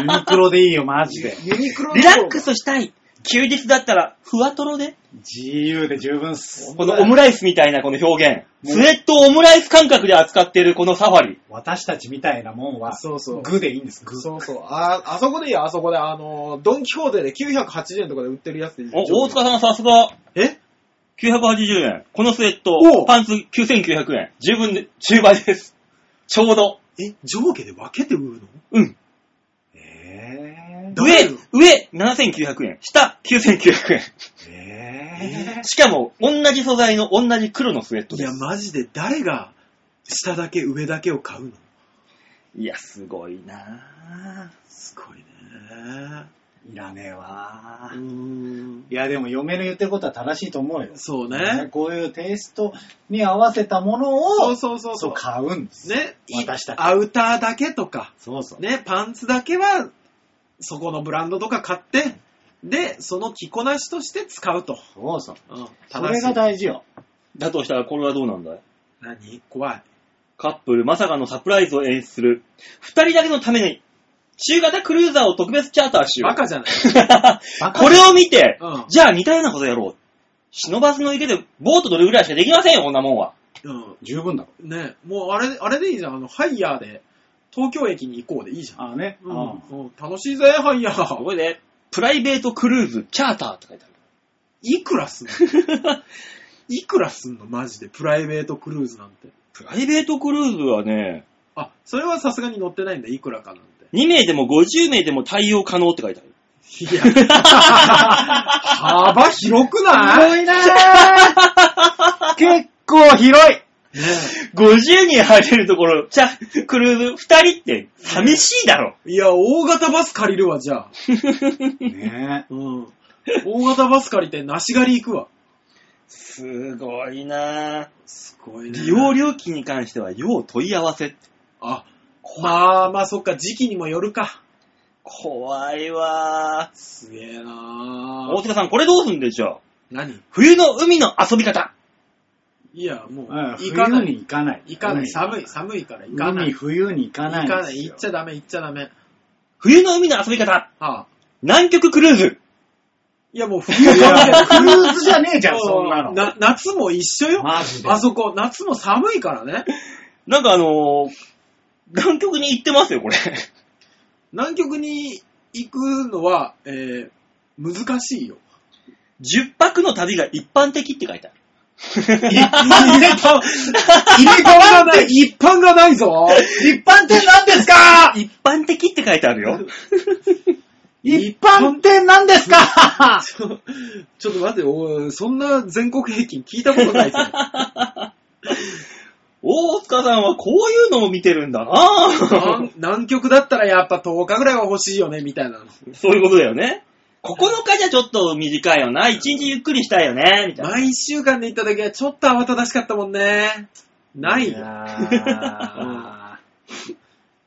ユニクロでいいよ、マジで。ユニクロのリラックスしたい。休日だったら、ふわとろで自由で十分っす。このオムライスみたいなこの表現。スウェットをオムライス感覚で扱ってるこのサファリ。私たちみたいなもんは、そうそうグでいいんです、グ。そうそう。あ、あそこでいいよ、あそこで。あの、ドンキホーテで980円とかで売ってるやつでいいよ。お、大塚さんさすが、え980円。このスウェットお、パンツ9900円。十分で、10倍です。ちょうど。え、上下で分けて売るのうん。えどう上、上、7900円。下、9900ー、え円。しかも、同じ素材の同じ黒のスウェットいでや、す。マジで誰が下だけ上だけを買うのいや、すごいなぁ。すごいね。ー、いらねえわうーん。いや、でも嫁の言ってることは正しいと思うよ。そうね。こういうテイストに合わせたものを、そうそうそうそそう買うんです。う。ね、い私たちアウターだけとか、そうそう。ね、パンツだけは、そこのブランドとか買って、で、その着こなしとして使うと。そうそう。うん。そ正れしがい大事よ。だとしたら、これはどうなんだい何怖い。カップル、まさかのサプライズを演出する。二人だけのために、中型クルーザーを特別チャーターしよう。バカじゃない。 バカこれを見て、うんじゃあ似たようなことやろう。忍ばずの池でボート乗るぐらいしかできませんよ、こんなもんは。う十分だろ。ん。ね、もうあれ、あれでいいじゃん。あの、ハイヤーで、東京駅に行こうでいいじゃん。ああね。うん。うん楽しいぜ、ハイヤすー。ごいね。プライベートクルーズ、チャーターって書いていくらすんのあ る。いくらすんのマジで。プライベートクルーズなんて。プライベートクルーズはね、あ、それはさすがに乗ってないんだ。いくらかなんて。 2名でも50名でも対応可能って書いてある。いや、幅広くない広いな ー結構広いね50人入れるところ、チャ、クルーズ2人って寂しいだろ。えいや、大型バス借りるわ、じゃあ。ねうん。大型バス借りて、梨狩り行くわ。すごいなぁ。すごいね。利用料金に関しては、要問い合わせ。あ、まあまあ、そっか、時期にもよるか。怖いわぁ。すげえな大ぁ。塚さん、これどうすんでしょう何冬の海の遊び方。いや、もう、うん行かな冬にい。行かない。行かない。寒い、い。寒いから行かな海、い。冬に行か行ないんかでなすい。よ。行っちゃダメ、行っちゃダメ。冬の海の遊び方。はあ、南極クルーズ。いや、もう冬いや、はクルーズじゃね えじゃん、そんなの。な夏も一緒よ。マジで。あそこ、夏も寒いからね。なんかあのー、南極に行ってますよ、 これ。南極に行くのは、えー、難しいよ。 10泊の旅が一般的って書い てある。入れ替わらない。一般がないぞ。一般店なんですか一般的って書いてあるよ。一般店なんですかちょちょっと待って、おそんな全国平均聞いたことないぞ。大塚さんはこういうのも見てるんだな南南極だったらやっぱ10日ぐらいは欲しいよね、みたいなの。そういうことだよね。9日じゃちょっと短いよな。1日ゆっくりしたいよね。みたいな。毎週間で行った時はちょっと慌ただしかったもんね。ないよ。や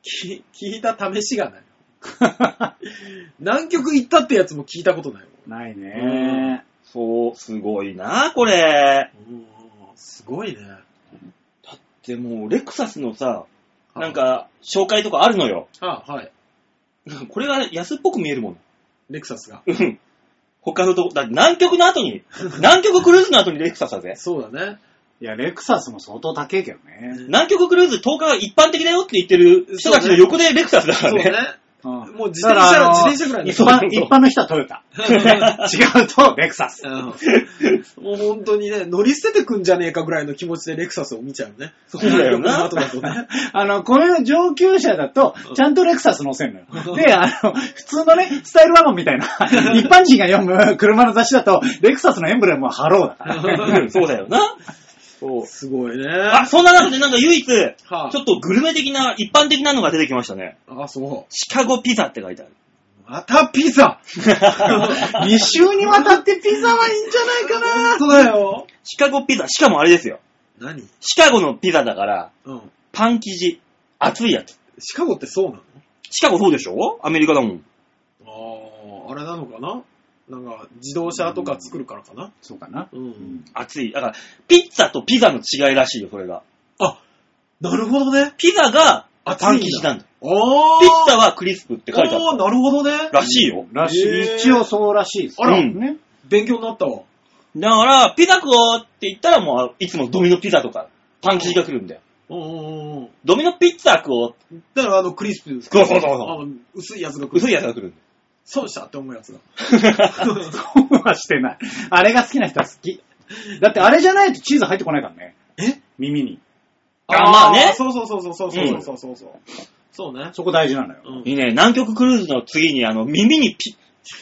き聞いた試しがない。ー南極行ったってやつも聞いたことないもん。ないねそう、すごいな、これ。おーすごいね。でも、レクサスのさ、なん、か、紹介とかあるのよ。あはい。これが安っぽく見えるもの。レクサスが。うん。他のとこ、だって南極の後に、南極クルーズの後にレクサスだぜ。そうだね。いや、レクサスも相当高いけどね。南極クルーズ10日が一般的だよって言ってる人たちの横でレクサスだかそうらね。ね。うんもう自転車だら、か自転車らぐらい一ねそう般、一般の人はト ヨタ。違うと、レクサス。うんもう本当にね、乗り捨ててくんじゃねえかぐらいの気持ちでレクサスを見ちゃうね。そうだよな南極の後だとね。あの、この上級者だと、ちゃんとレクサス乗せんのよ。で、あの、普通のね、スタイルワゴン みたいな、一般人が読む車の雑誌だと、レクサスのエンブレムはハロー だから。うんそうだよな。そう。すごいね。あ、そんな中でなんか唯一、ちはあょっとグルメ的な、一般的なのが出てきましたね。あ、そう。シカゴピザって書いてある。またピ ザ2週にわたってピザはいいんじゃないか本な当だよ。 シカゴピザ、しかもあれですよ。何シカゴのピザだから、うん。パン生地、熱いやつ。シカゴってそうなのシカゴそうでしょアメリカだもん。ああ、あれなのかななんか、自動車とか作るからかな。そうかな。うん。ん熱い。だから、ピッツァとピザの違いらしいよ、それが。あ、なるほどね。ピザが熱いパんだン生地なんだ。あー。ピッツァはクリスプって書いてあおっー、なるほどねた。。らしいよ。らしへい。ー一応そうらしいです。あらね。勉強になったわ。だから、ピザ食おうって言ったらもう、いつもドミノピザとか、パン生地が来るんだよ。うんうんうん。ドミノピッツァ食おうって。だからあの、クリスプですそうそうそうそうあの薄いやつが来る。薄いやつが来るんだよ。損したって思うやつが。 そうはしてない。あれが好きな人は好き。だってあれじゃないとチーズ入ってこないからね。え耳に。あまあねそうそうそうそうそうそうそうそうそう。そうね。そこ大事なのよ。うんいいね、南極クルーズの次に、あの、耳にピ、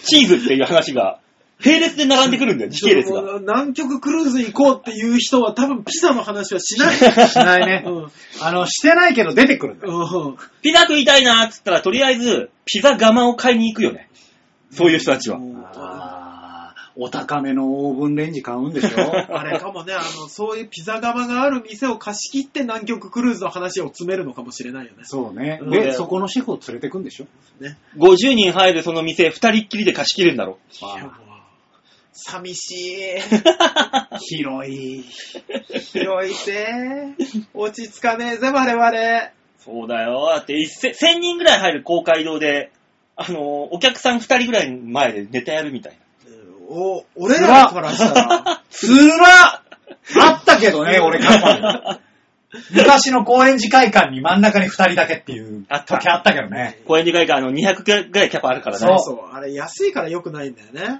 チーズっていう話が、並列で並んでくるんだよ、時系列が。南極クルーズ行こうっていう人は多分ピザの話はしない。しないねう。ん。あの、してないけど出てくるんだよ。うん。ピザ食いたいなーっつったら、とりあえず、ピザ釜を買いに行くよね。そういう人たちは。うんあーお高めのオーブンレンジ買うんでしょあれかもね、あの、そういうピザ窯がある店を貸し切って南極クルーズの話を詰めるのかもしれないよね。 そうね。うんで、そこのシェフを連れてくんでしょ50人入るその店、二人っきりで貸し切るんだろ。いやもう寂しい。広い。広いぜ。落ち着かねえぜ、我々。そうだよ。だって、一千1000人ぐらい入る公会堂で、あのー、お客さん二人ぐらい前でネタやるみたいな。お、俺らからした ら、つらあったけどね、俺過 去に。昔の高円寺会館に真ん中に二人だけっていうあった時あったけどね。公園でかいから、あの、200ぐらいキャパあるからね。そうそう、あれ安いから良くないんだよね。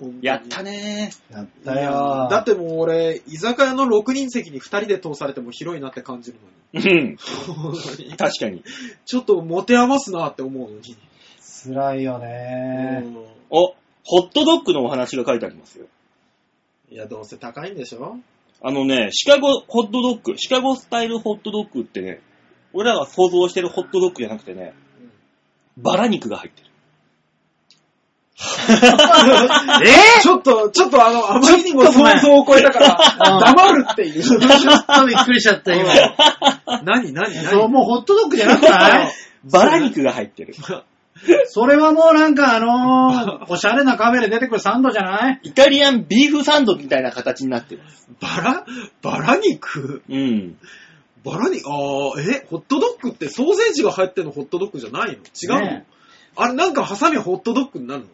うん。本当にやったねやったいやよ。だってもう俺、居酒屋の6人席に2人で通されても広いなって感じるー。うん。の に。確かに。ちょっと持て余すなって思うのに。辛いよね。うお、ホットドッグのお話が書いてありますよ。んいや、どうせ高いんでしょあのね、シカゴホットドッグ、シカゴスタイルホットドッグってね、俺らが想像してるホットドッグじゃなくてね、バラ肉が入ってる。 え ちょっと、ちょっとあの、あまりにもちょっとごめん想像を超えたから、うん黙るっていう。 ちょっとびっくりしちゃった、今。何、何、何そう、もうホットドッグじゃなくない バラ肉が入ってる。それはもうなんかあのー、おしゃれなカフェで出てくるサンドじゃな いイタリアンビーフサンドみたいな形になってる。バラバラ肉うん。バラ肉あー、え、ホットドッグってソーセージが入ってるのホットドッグじゃないの違うの、ねあれ、なんかハサミはホットドッグになる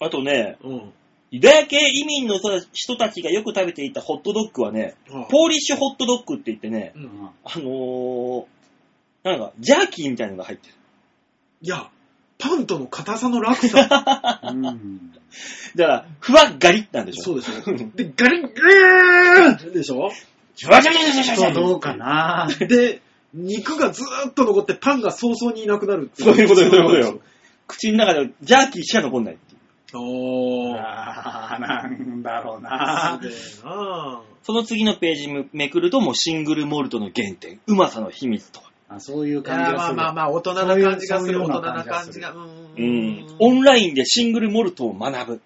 あとね、のうん。ユダヤ系移民の人たちがよく食べていたホットドッグはね、あポーリッシュホットドッグって言ってねう、んあのー、なんか、ジャーキーみたいなのが入ってる。いや、パンとの硬さの落差。うんだから、ふわっガリッなんでし ょそうでしょ。うんで、ガリッ、ガリーでしょジュワジュワジュワジュワジュちょワっとどうかなで、肉がずーっと残ってパンが早々にいなくなるってそういうことよ、そういうことよ。口の中でジャーキーしか残んないっていう。おー。あーなんだろうなすげえなその次のページめめくるともうシングルモルトの原点、うまさの秘密とか。あそういういやまあまあまあ、大人な感じがする、大人な感じが。ううーん。オンラインでシングルモルトを学ぶ。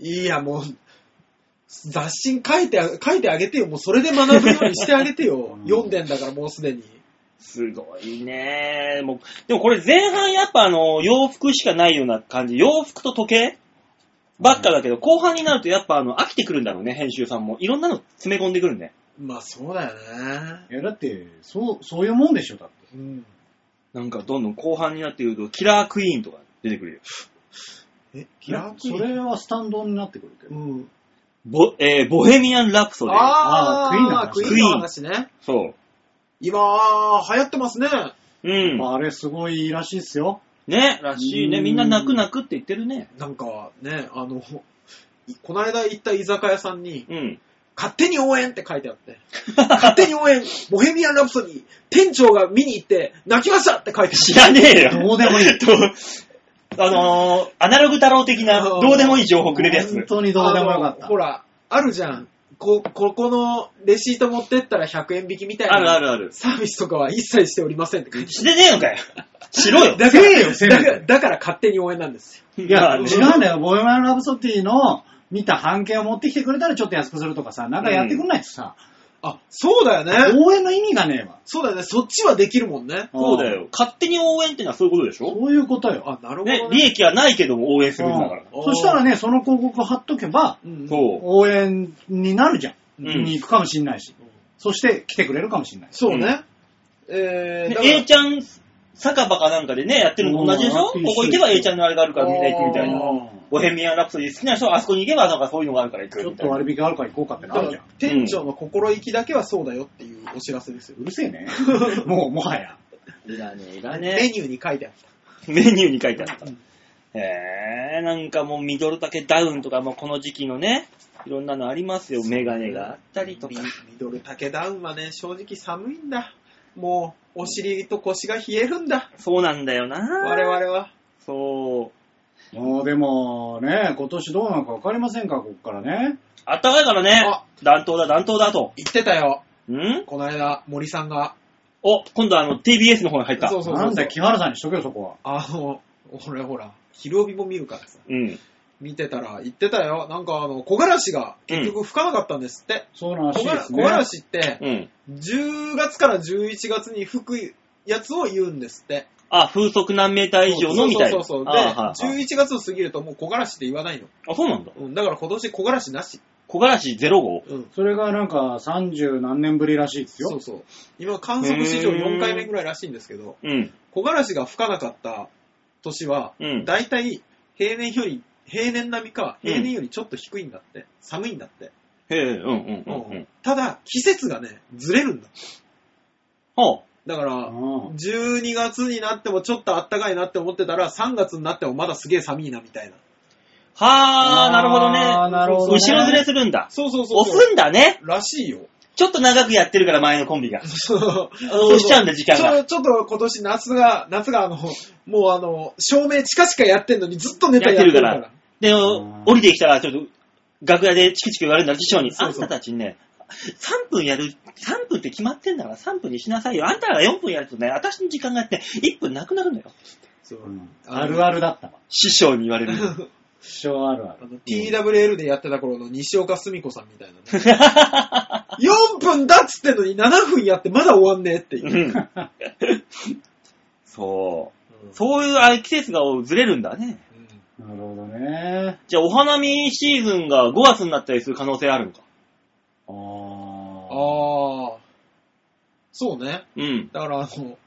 いや、もう、雑誌書いてあ、書いてあげてよ。もうそれで学ぶようにしてあげてようん。読んでんだから、もうすでに。すごいねもう、でもこれ前半やっぱあの、洋服しかないような感じ。洋服と時計ばっかだけど、後半になるとやっぱあの、飽きてくるんだろうね、編集さんも。いろんなの詰め込んでくるね。まあ、そうだよね。いや、だって、そう、そういうもんでしょ、だって。うん。なんかどんどん後半になってくると、キラークイーンとか出てくるよ。え、キラークイーそンれはスタンドになってくるけど。うん。ボ、えーボヘミアン・ラプソディ。あーあー、ククイイーーンンの話の話ね。そ今、流行ってますね。う。うん。まああれすごいいいらしいっすよ。ね、らしいうね。んみんな泣く泣くって言ってるね。なんかね、あの、いこの間行った居酒屋さんに、うん。 勝手に応援って書いてあって、勝手に応援、ボヘミアン・ラプソディ、店長が見に行って、泣きましたって書いて知らねえ よ。どうでもいいとあのー、アナログ太郎的な、どうでもいい情報くれるやつ本。当にどうでもよあかっのたほ。ら、あるじゃん。こ、ここのレシート持ってったら100円引きみたいな。あるあるある。サービスとかは一切しておりませんって書いてしてねえのかよ。しろよ。だせえよせあるめてだから、だから勝手に応援なんですよ。いや、まあね違うんだよ。ボヘミアン・ラブソティの見た半券を持ってきてくれたらちょっと安くするとかさ、なんかやってくんないとさ、あ、そうだよね。応援の意味がねえわ。そうだよね。そっちはできるもんね。そうだよ。勝手に応援ってのはそういうことでしあー。ょそういうことよ。あ、なるほど、ねね、。利益はないけども応援するんだから。うんそしたらね、その広告貼っとけば、うんそう。応援になるじゃん。うんに行くかもしんないし。そして来てくれるかもしんないし。そうね。えー、だかでら A ちゃん酒場かなんかでね、やってるのと同じでしょこうんこ行けば A ちゃんのあれがあるからみんな行くみたいうんな。ボヘミアン・ラプソディ好きな人はあそこに行けばなんかそういうのがあるから行ちくょっみたいとな。割引あるから行こうかってだなかるじゃらん。店長の心意気だけはそうだよっていうお知らせですよ。うるせえね。もう、もはや。いらねえ、いらメニューに書いてあった。メニューに書いてあった。へえ、なんかもうミドル丈ダウンとかもうこの時期のね、いろんなのありますよ。メガネがあったりとかミ。ミドル丈ダウンはね、正直寒いんだ。もう、お尻と腰が冷えるんだ。そうなんだよな我々は。そう。もうでも、ね、今年どうなのかわかりませんから、こっからね。あったかいからねあ。暖冬だ、暖冬だと。言ってたよ。んこの間、森さんが。お、今度あの TBS の方に入った。そうそうそうそうなんだよ、木原さんにしとけよ、そこは。あの、俺ほら、昼帯も見るからさ。うん。見てたら、言ってたよ。なんかあの、木枯らしが結局吹かなかったんですって。そうらし木い枯でらす木ね。枯らしって、うん。 10月から11月に吹くやつを言うんですって。あ、風速何メーター以上のみたいな。そうそうそうそう。あで、はいはい11月を過ぎるともう木枯らしって言わないの。あ、そうなんだ。うん、だから今年木枯らしなし。木枯らし0号うん。それがなんか30何年ぶりらしいですそよう。そう。今観測史上4回目ぐらいらしいんですけど、うん。木枯らしが吹かなかった年は、うん。だいたい平年より、平年並みか、うん平年よりちょっと低いんだって。寒いんだって。へえ、うんうんうんううんん。ただ、季節がね、ずれるんだ。はだから、うん12月になってもちょっと暖かいなって思ってたら、3月になってもまだすげえ寒いなみたいな。あ。はあ、なるほどあーね。なるほどね。後ろずれするんだ。そうそうそう押そう。すんだね。らしいよ。ちょっと長くやってるから前のコンビが。そう押しちゃうんだ、時間が。ちょちょっと今年夏が、夏があの、もうあの、照明チカチカやってんのにずっとネタやってるから。やってで、うん降りてきたら、ちょっと、楽屋でチキチキ言われるんだ、師匠に。そあうんそうたたちにね、3分やる、3分って決まってんだから3分にしなさいよ。あんたらが4分やるとね、私の時間があって、1分なくなるのよ。そううんああるるあある。るだったわ。師匠に言われる。師匠あるある。 TWL でやってた頃の西岡澄子さんみたいな、ね。4分 だっつってんのに7分やってまだ終わんねえっていうう。ん そう。うそういうあれ季節がずれるんだね。ん。なるほどね。じゃあ、お花見シーズンが5月になったりする可能性あるのか。あー。ああ。そうね。うん。だからあの、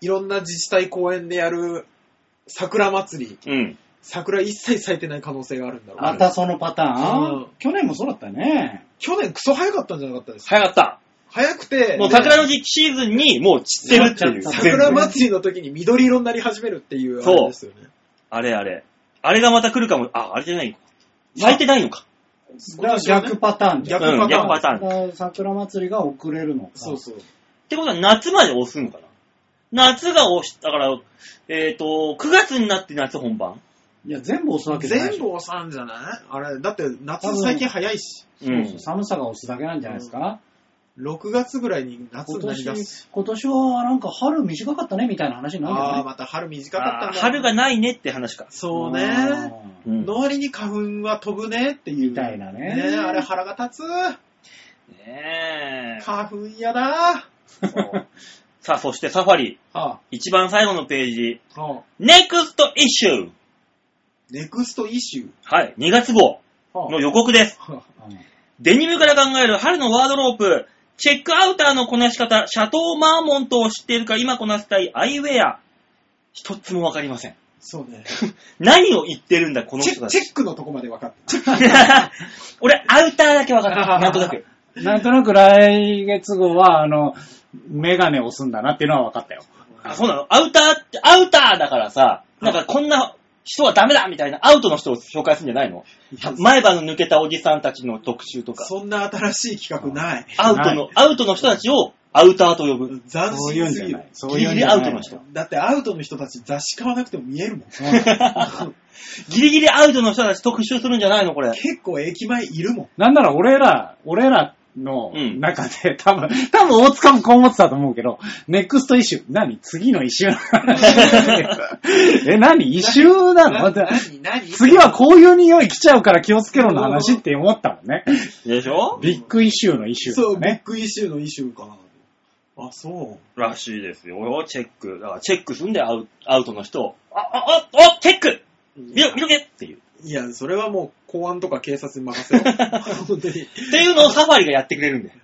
いろんな自治体公園でやる桜祭り、うん。桜一切咲いてない可能性があるんだろうね、またそのパタうーんン去年もそうだったね。去年クソ早かったんじゃなかったですか早かった。早くて、もう桜の時期シーズンにもう散ってるっていう。終わっちゃった全部桜祭りの時に緑色になり始めるっていうあれですよね。あれあれ。あれがまた来るかも。あ、あれじゃないのか。咲いてないのか。だから逆パターンじゃん逆パターンうん、逆パターン。っだから桜祭りが遅れるのか。そうそう。てことは夏まで押すのかな。夏が押し、だから、えっ、と、9月になって夏本番。いや、全部押すわけじゃないで全しょ。部おさんじゃないあれ、だって夏最近早いし、全部そうそう寒さが押すだけなんじゃないですか、 6月ぐらいに夏今になりだす。年、今年はなんか春短かったねみたいな話になるんだああ、よね。また春短かったあんーだ。春が。ないねって話か。そうね。うんうんの割に花粉は飛ぶねっていう。みたいなねねあれ腹が立つ。ねえ。花粉やだ。はそうさあ、そしてサファリ。あ、一番最後のページ。はあ、 NEXT ISSUE! ネクストイシュー。はい、2月号はの予告です。あはあうんデニムから考える春のワードロープ、チェックアウターのこなし方、シャトーマーモントを知っているか今こなせたいアイウェア、一つもわかりません。そうね。何を言ってるんだ、このチェ人たックチち。ェックのとこまで分かった。 俺、アウターだけわかった。なんとなく。 なんとなく来月号は、あの、メガネを押すんだなっていうのは分かったよ。あ、そうなのアウターって、アウターだからさ、なんかこんな人はダメだみたいなアウトの人を紹介するんじゃないの前歯の抜けたおじさんたちの特集とか、そんな新しい企画ない。アウトの、アウトの人たちをアウターと呼ぶ。斬そういうん新じすゃぎなるい。。そういうんじゃギリギリアウトなのい。人だってアウトの人たち雑誌買わなくても見えるもん。ギリギリアウトの人たち特集するんじゃないのこれ。結構駅前いるもん。なんなら俺ら、俺らのうん中で、多分、多分大塚もこう思ってたと思うけど、ネクストイシュー、何次のイシューの話 え、何イシューなのだって 何何次はこういう匂い来ちゃうから気をつけろの話って思ったもんね。でしょビッグイシューのイシュー、ね。そう、ビッグイシューのイシューかな。あ、そう。らしいですよ。チェック。だからチェックすんだよ、アウアウトの人を。あ、あ、あ、お、チェック見ろ、見ろけっていう。いや、それはもう公 安とか警察に任せよう。本当に。っていうのをサファリがやってくれるんだよ。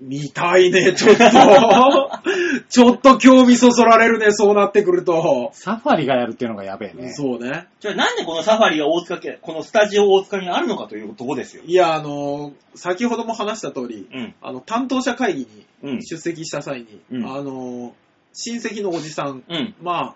見たいね、ちょ っと。ちょっと興味そそられるね、そうなってくると。サファリがやるっていうのがやべえね。そうね。じゃあなんでこのサファリが大塚家、このスタジオ大塚にあるのかというとこですよ。いや、あの、先ほども話した通り、うん。あの、担当者会議うんに。出席した際に、うんあの、親戚のおじさん、うん。まあ、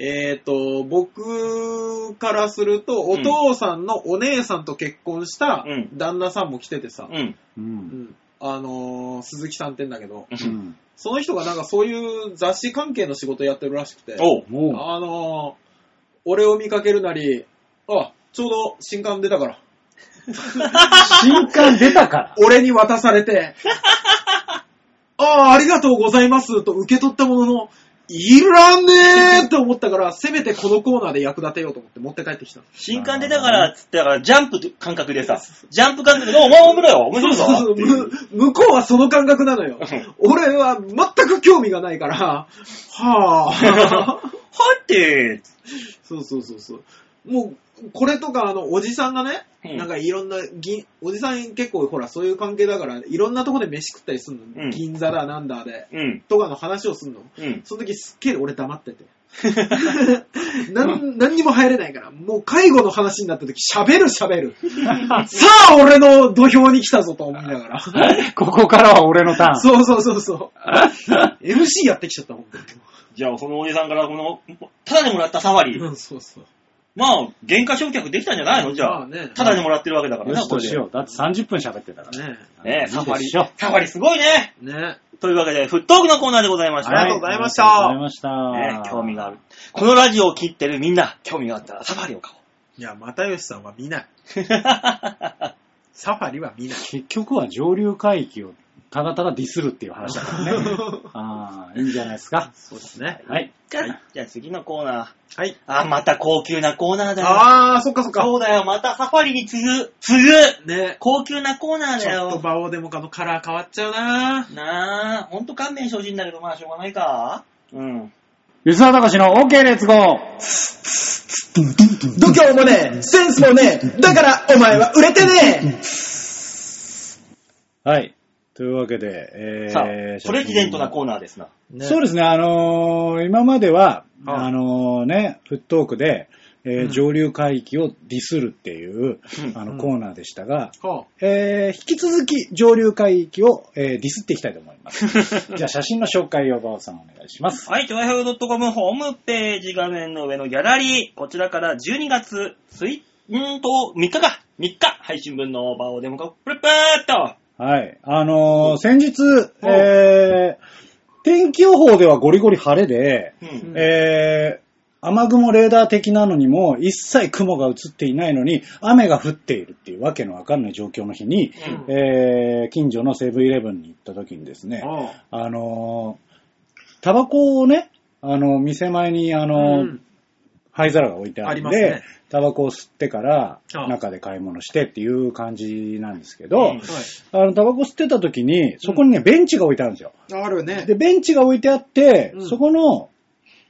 えっ、と、僕からすると、お父さんのお姉さんと結婚したうん旦那さんも来ててさ、うん。う。うんんあのー鈴木さんってんだけど、うん。その人がなんかそういう雑誌関係の仕事やってるらしくて、おう。もう、あのー俺を見かけるなり、あ、ちょうど新刊出たから、新刊出たから。俺に渡されて、ああ、ありがとうございますと受け取ったものの、いらねえと思ったから、せめてこのコーナーで役立てようと思って持って帰ってきた。新刊出たからっつってだから、ジャンプ感覚でさ、ジャンプ感覚で、お前面白いよ面白いぞそうっていうそう む向こうはその感覚なのよ。俺は全く興味がないから、はぁ。はってそうそうそうそう。もう、これとか、あの、おじさんがね、うんなんかいろんな、銀おじさん結構ほら、そういう関係だから、いろんなとこで飯食ったりするの。うん銀座だ、なんだで。うん。とかの話をするの。うん。その時すっげえ俺 黙ってて。なん何にも入れないから、もう介護の話になった時、喋る 喋る。さあ、俺の土俵に来たぞと思いな がら。ここからは俺のターン。そうそうそうそう。MC やってきちゃった、本当に。じゃあ、そのおじさんから、この、ただでもらったサファリ、うん、そうそう。まあ、原価償却できたんじゃないのじゃまああ。ねただでもらってるわけだからよな、しとれしでよう。だって30分喋ってたから。ねねいいサファリ。でしサょファリすごいねねというわけで、フットオークのコーナーでございました。ありがとうございましたはいありがとうございました。ね、興味がある。。このラジオを聞いてるみんな、興味があったらサファリを買おう。いや、又吉さんは見ない。 サファリは見 ない。結局は上流海域をただただディスるっていう話だ からね。ああ、いいんじゃないですか。そうですね。はい。かじゃあ次のコーナー。はい。あ、また高級なコーナーだよ。あー、そっかそっか。そうだよ、またサファリに次ぐ、次ぐね高級なコーナーちだょっとよ。バオデモカのカラー変わっちゃうななあ、ほんと勘弁してほしいんだけど、まあしょうがないか。うん。吉沢隆の OK レッツゴー度胸もねえ、センスもねえ、だからお前は売れてねはい。というわけで、えー、さあ、プレジデントなコーナーですな。えそうですね、あのー今までは、はいあのーね、フットオークで、えーうん上流海域をディスるっていう、うんあうのんコーナーでしたが、はえー引き続き上流海域を、えーディスっていきたいと思います。じゃあ写真の紹介をバオさんお願いします。はい、ちょいドッ .com ホームページ画面の上のギャラリー、こちらから12月、すい、んーと、3日か、3日、配信分の場をデモ化、プルプーっと、はい。あのー先日、えー天気予報ではゴリゴリ晴れで、うん、えー雨雲レーダー的なのにも一切雲が映っていないのに雨が降っているっていうわけのわかんない状況の日に、うえー近所のセブンイレブンに行った時にですあ。ね、はあ。あのータバコをね、あの、店前に、あのーうん灰皿が置いてあるんありますで、ねタバコを吸ってからああ中で買い物してっていう感じなんですけうど、んあの、タバコ吸ってた時に、そこにね、ベンチが置いてあるんですよ。はい。あるね。で、ベンチが置いてあって、うんそこの、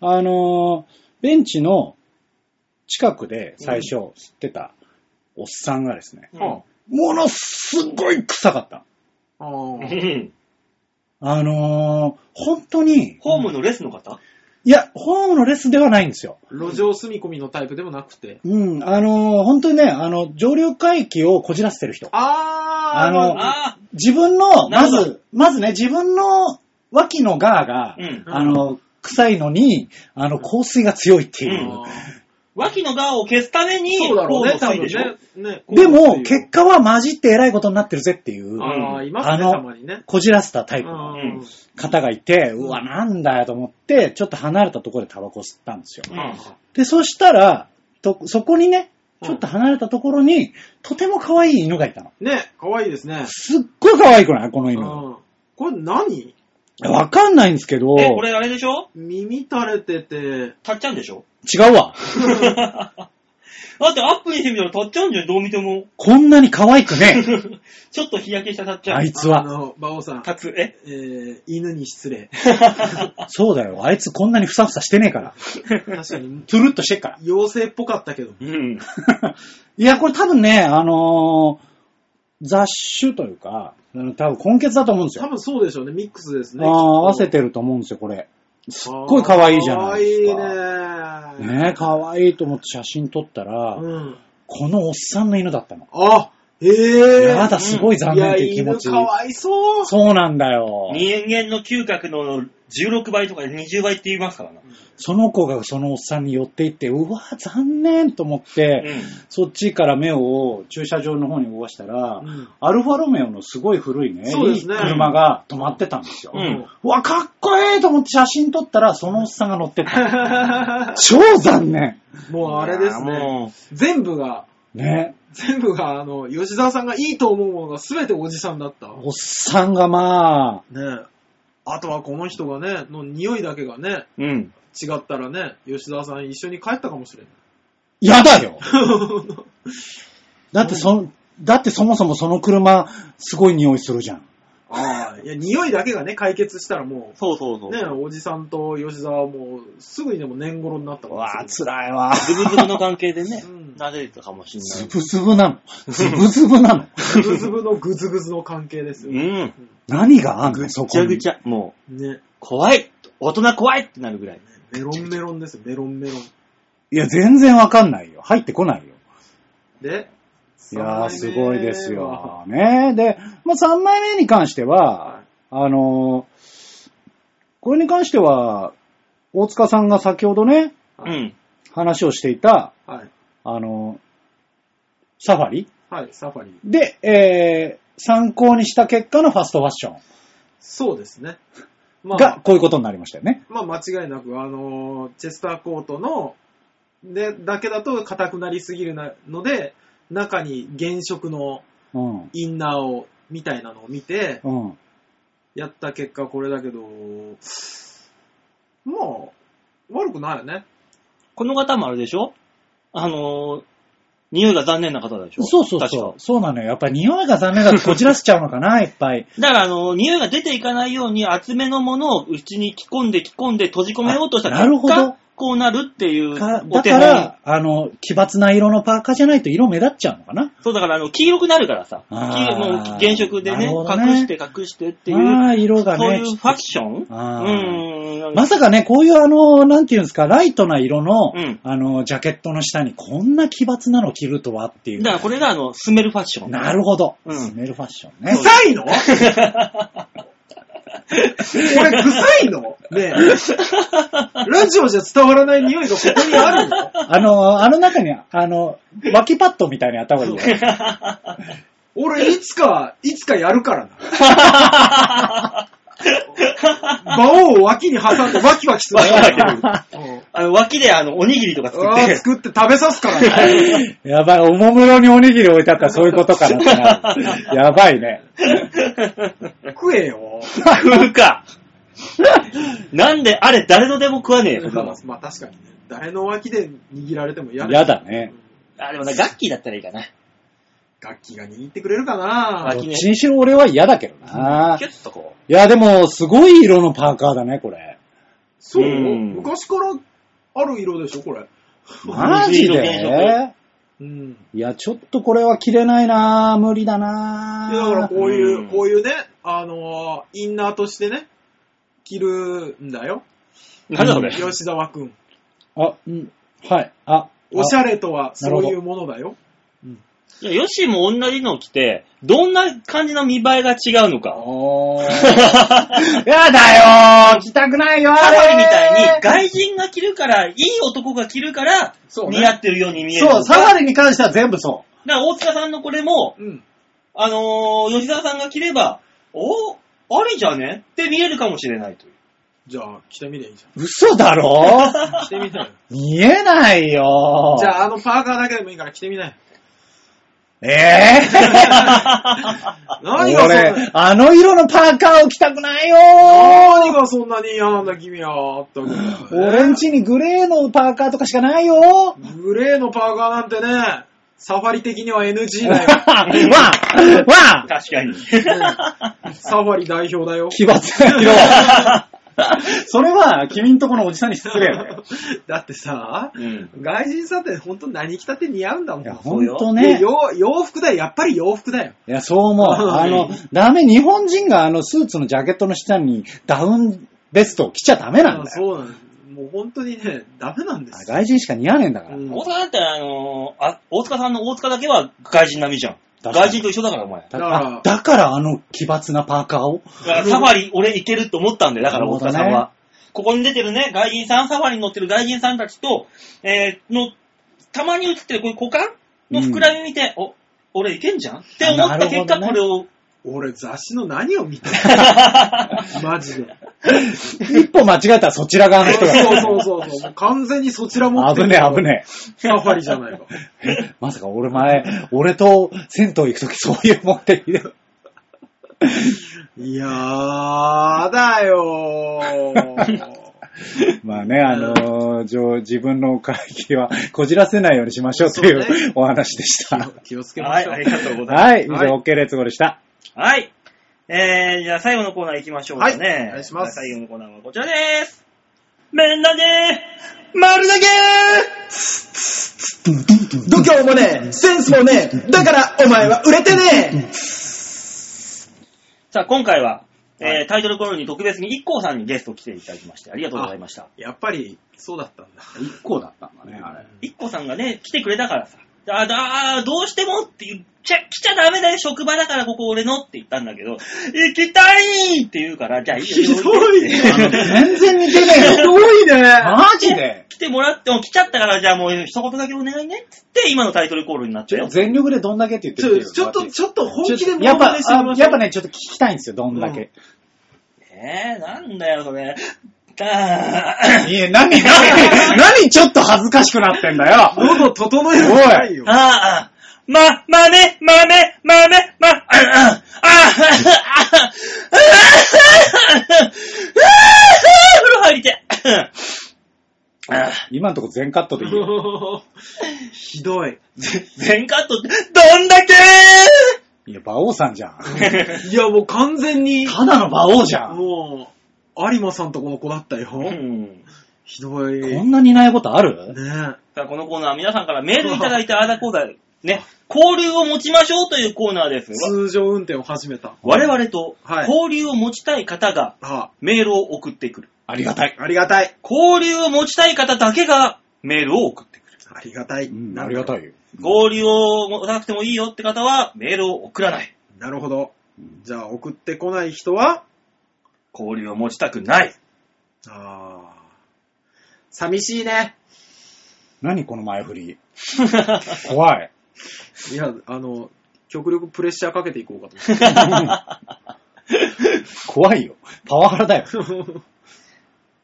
あのーベンチの近くで最初吸ってたおっさんがですね、んはものすごい臭かった。あ。あうーんあのー本当に、ホームのレスの方いや、ホームのレスではないんですよ。路上住み込みのタイプでもなくて。うん、あのー本当にね、あの、上流海域をこじらせてる人。あー、あのまあ自分の、なまるほどず、まずね、自分の脇のガーが、うんあの、臭いのに、あの、香水が強いっていうう。ん脇の側を消すために、そうだろうホームね、を多塞い分でしょね。ねでも、結果は混じって偉いことになってるぜっていう、ああ、いますあね、のたまにね。こじらせたタイプのんん方がいて、うわ、なんだよと思って、ちょっと離れたところでタバコ吸ったんですよ。うで、そしたら、とそこにね、うんちょっと離れたところに、とても可愛い犬がいたの。ね、可愛いですね。すっごい可愛くないこのう犬。んこれ何わかんないんですけど、え、これあれでしょ耳垂れてて、立っちゃうんでしょ違うわ。だってアップにしてみたら立っちゃうんじゃん、どう見ても。 こんなに可愛くねちょっと日焼けした立っちえ。ゃう。あいつあは。の、馬王さん、立つ、ええー犬に失 礼。そうだよ。あいつこんなにふさふさしてねえから。確かに、トゥルっとしてっから。妖精っぽかったけど。うん。 いや、これ多分ね、あのー雑種というか、うん多分根血だと思うんです多よ。分そうでしょうね。ミックスですあね。あ、合わせて。てると思うんですよ、これ。すっごい可愛いじゃないですか可愛いね。ねえ、かわいいと思って写真撮ったら、うん。このおっさんの犬だったの。あ、ええやだ、すごい残念っていう気持ち。いや、犬かわいそう。そうなんだよ。人間の嗅覚の16倍とか20倍って言いますからな。その子がそのおっさんに寄っていって、うわ、残念と思って、うんそっちから目を駐車場の方に動かしたら、うんアルファロメオのすごい古いね、そうでいいすね車が止まってたんですよ。ううんわ、かっこええと思って写真撮ったら、そのおっさんが乗ってた。超残念 もうあれですいやね。も全部が、ね。全部が、あの、吉沢さんがいいと思うものが全ておじさんだった。おっさんがまあ、ねあとはこの人がね、の匂いだけがね、ううん。違ったらね、吉沢さん一緒に帰ったかもしれない。やだよだってそ、だってそもそもその車、すごい匂いするじゃん。ああ、いや、匂いだけがね、解決したらも、そうそうそうう。ね、おじさんと吉沢はもう、すぐにでも年頃になったうかわらあ、辛いわ。ズブズブの関係で ねうん、なれたかもしズれブズブ なの。ズブズブなの。ぐずずぶのぐずぐずの関係ですよ。なね。い。うん。何があんのそぐちこゃぐに。ちゃ。もねう、怖い大人怖いってなるぐらい。メロンメロンですよ、メロンメロン。いや、全然わかんないよ。入ってこないよ。で、いやー、すごいですよ。ねで、まあ、3枚目に関しては、あのーこれに関しては、大塚さんが先ほどね、うはいん。話をしていた、はい。あのーサファリはい、サファリ。で、えー参考にした結果のファストファッションそうですね。まがあ、こういうことになりましたよね。まあ、間違いなく、あのーチェスターコートの、で、だけだと硬くなりすぎるなので、中に原色のうん。インナーを、みたいなのを見て、うん。やった結果これだけど、まあ、悪くないよね。この方もあれでしょあのー、匂いが残念な方でしょそうそう確そかう。そうなのよ。やっぱり匂いが残念だとこじらせちゃうのかな、いっぱい。だから、あの、匂いが出ていかないように厚めのものを内に着込んで着込んで閉じ込めようとしたあなるほど、こうなるっていうかおだ手か本。ら、あの、奇抜な色のパーカーじゃないと色目立っちゃうのかな。そうだから、あの、黄色くなるからさ。黄あー色もう原色でなねるほどね隠して隠してっていう、ああ、色がそういね。うファッションあうん。まさかね、こういうあの、なんていうんですか、ライトな色の、うんあの、ジャケットの下にこんな奇抜なの着るとはっていう。だからこれが、あの、スメルファッション。なるほど。うんスメルファッションね。臭 いの俺、臭いのねえ。ラジオじゃ伝わらない匂いがここにあるのあの、あの中に、あの、脇パッドみたいにあった方がい いよ。俺、いつか、いつかやるから な。馬王を脇に挟んでワキワキするからな。うん あの、脇で、あの、おにぎりとか作あっーて。作って食べさすからね。やばい、おもむろにおにぎり置いてあったらそういうことかなってな る。やばいね。食えよ。食うか。なんで、あれ、誰のでも食わねえよ。そんなのまあ確かにね、誰の脇で握られても嫌だ。やだね。あ、でもな、ガッキーだったらいいかな。楽器が握ってくれるかどなっちにしろ俺は嫌だけどなキ。ュッとこいや、でも、すごい色のパーカーだね、これ。そう、うん昔からある色でしょ、これ。マジ色原でうん。いや、ちょっとこれは着れないなぁ無理だないやだからこういう、うんこういうね、あのーインナーとしてね、着るんだよ。う。なんだそれ。吉沢くん。あ、うん、はい、あ、おしゃゃれとはそういうものだよ。いや、ヨッシーも同じのを着て、どんな感じの見栄えが違うのあか。 ーやだよー着たくないよーサファリみたいに、外人が着るから、いい男が着るから、そうね似合ってるように見えるのか。そう、サファリに関しては全部そだから大塚さんのこれも、うん。あのー、吉沢さんが着れば、おありじゃねって見えるかもしれない という。じゃあ、着てみりゃいいじ う。嘘だろ ゃん。着てみたい。見えないよーじゃあ、あのパーカーだけでもいいから着てみない。えぇ、 何がそんな 俺、あの色のパーカーを着たくないよー何がそんなに嫌なんだ、君は。ったく俺んちにグレーのパーカーとかしかないよーグレーのパーカーなんてね、サファリ的には NG わだ よ。あわあ確かに。サファリ代表だよ。奇抜な色。 それは、君んとこのおじさんに失礼だよ。 だってさ、うん。外人さんってほんと何着たって似合うんだもん。いや、そほうんよとねね。洋洋服だよ。やっぱり洋服だよ。いや、そう 思う。うんあの、ダメ、日本人があのスーツのジャケットの下にダウンベストを着ちゃダメなんあだよ。そうなんです。もう本当にね、ダメなんであすよ。外人しか似合わねえんだから。うん大塚だって、あのーあ、大塚さんの大塚だけは外人並みじゃん。だから外人と一緒だから、お前。だだからあだからあの奇抜なパーカー を。だからサファリ、俺行けると思ったんだよ、だから大塚さんなるほどは。ここに出てるね、外人さん、サファリに乗ってる外人さんたちと、えーの、たまに映ってるこういう股間の膨らみ見て、お、俺いけんじゃんって思った結果、なこるれを、俺雑誌の何を見た マジで。一歩間違えたらそちら側の人そうが。そうそうそう。もう完全にそちら持って危ねえ、危え。ねサファリじゃないか。え。まさか俺前、俺と銭湯行くときそういう目的で。いやーだよー。まあね、あのーじょ自分の会議はこじらせないようにしましょうといそううお話でした。気をつけまはしい、ょう。ありがとうございます。はい、以はい上、OK 列語でした。はい。えー、じゃあ最後のコーナー行きましょうかね。はいお願いします最後のコーナーはこちらでーす。みんなで、丸投げ度胸もねえ、センスもねえ、だからお前は売れてねさあ、今回は、えー、タイトルコールに特別に IKKO さんにゲスト来ていただきまして、ありがとうございました。えやっぱり、そうだったんだ。一個だったんだね、あれ。 IKKO さんがね、来てくれたからさ、あ、だ、どうしてもって言っちゃ、来ちゃダメだよ、職場だからここ俺のって言ったんだけど、行きたいって言うから、じゃあいいよ。いね。全然似てねえひよ。どいね。マジで来てもらっても来ちゃったから、じゃあもう一言だけお願いねっつって、今のタイトルコールになったよ。全力でどんだけって言ってちるけょどちょっと、ちょっと本気でやっぱ、してみあましょうやっぱね、ちょっと聞きたいんですよ、どんだけ。えー、なんだよ、それ。あーいえ、何、何、 何ちょっと恥ずかしくなってんだよ。 喉整えるんじゃないよ。あー、ま、まめ、まめ、まめ、ま、あー、あー、あー、あー、あー、あー、あー、あー、あー、あー、風呂入りてえ。あー今のとこ全カットでいいよ。ひどい。全カットって、どんだけいや、馬王さんじゃん。いや、もう完全に、ただの馬王じゃん。もう、有馬さんとこの子だったよ。うんひどい。こねんなにいないことあるさあ、このコーナーは皆さんからメールいただいて、あーだこーだ、ね、交流を持ちましょうというコーナーです。通常運転を始めた。我々とはい交流を持ちたい方がはメールを送ってくる。ありがたい。あ、ありがたい。交流を持ちたい方だけがメールを送ってくる。ありがたい。うん、ありがたいよ。交流を持たなくてもいいよって方はメールを送らない。なるほど。じゃあ、送ってこない人は、交流を持ちたくない。ああ。寂しいね。何この前振り。怖い。いや、あの、極力プレッシャーかけていこうかと思って。怖いよ。パワハラだよ。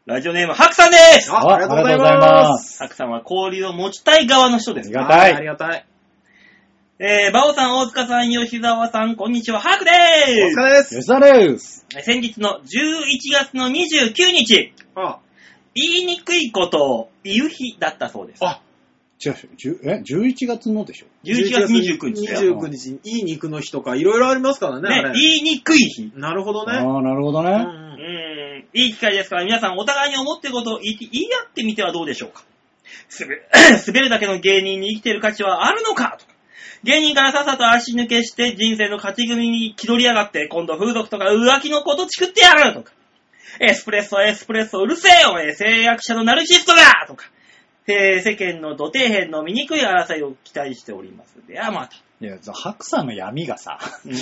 ラジオネーム、ハクさんですあありがとうございますす。ハクさんは交流を持ちたい側の人ですあり。がたいあありがたい。えー、バオさん、大塚さん、吉沢さん、こんにちは、ハクでお疲れです。吉田です。す先日の11月の29日、あ、言いにくいことを言う日だったそうです。あ違うでしょ。え、11月のでしょ。 11月29日だよ。 29日にいい肉の日とか、いろいろありますからね。あね、れ言いにくい日。なるほどね。ああ、なるほどうね。うんーん、いい機会ですから皆さんお互いに思ってることを言い言い合ってみてはどうでしょうか。すべ 滑るだけの芸人に生きてる価値はあるのかとか芸人からさっさと足抜けして人生の勝ち組に気取りやがって今度風俗とか浮気のことチクってやるとかエスプレッソエスプレッソうるせえよお前制約者のナルシストだとか、えー世間の土底辺の醜い争いを期待しております。ではまた。いや、白さんの闇がさ、 うん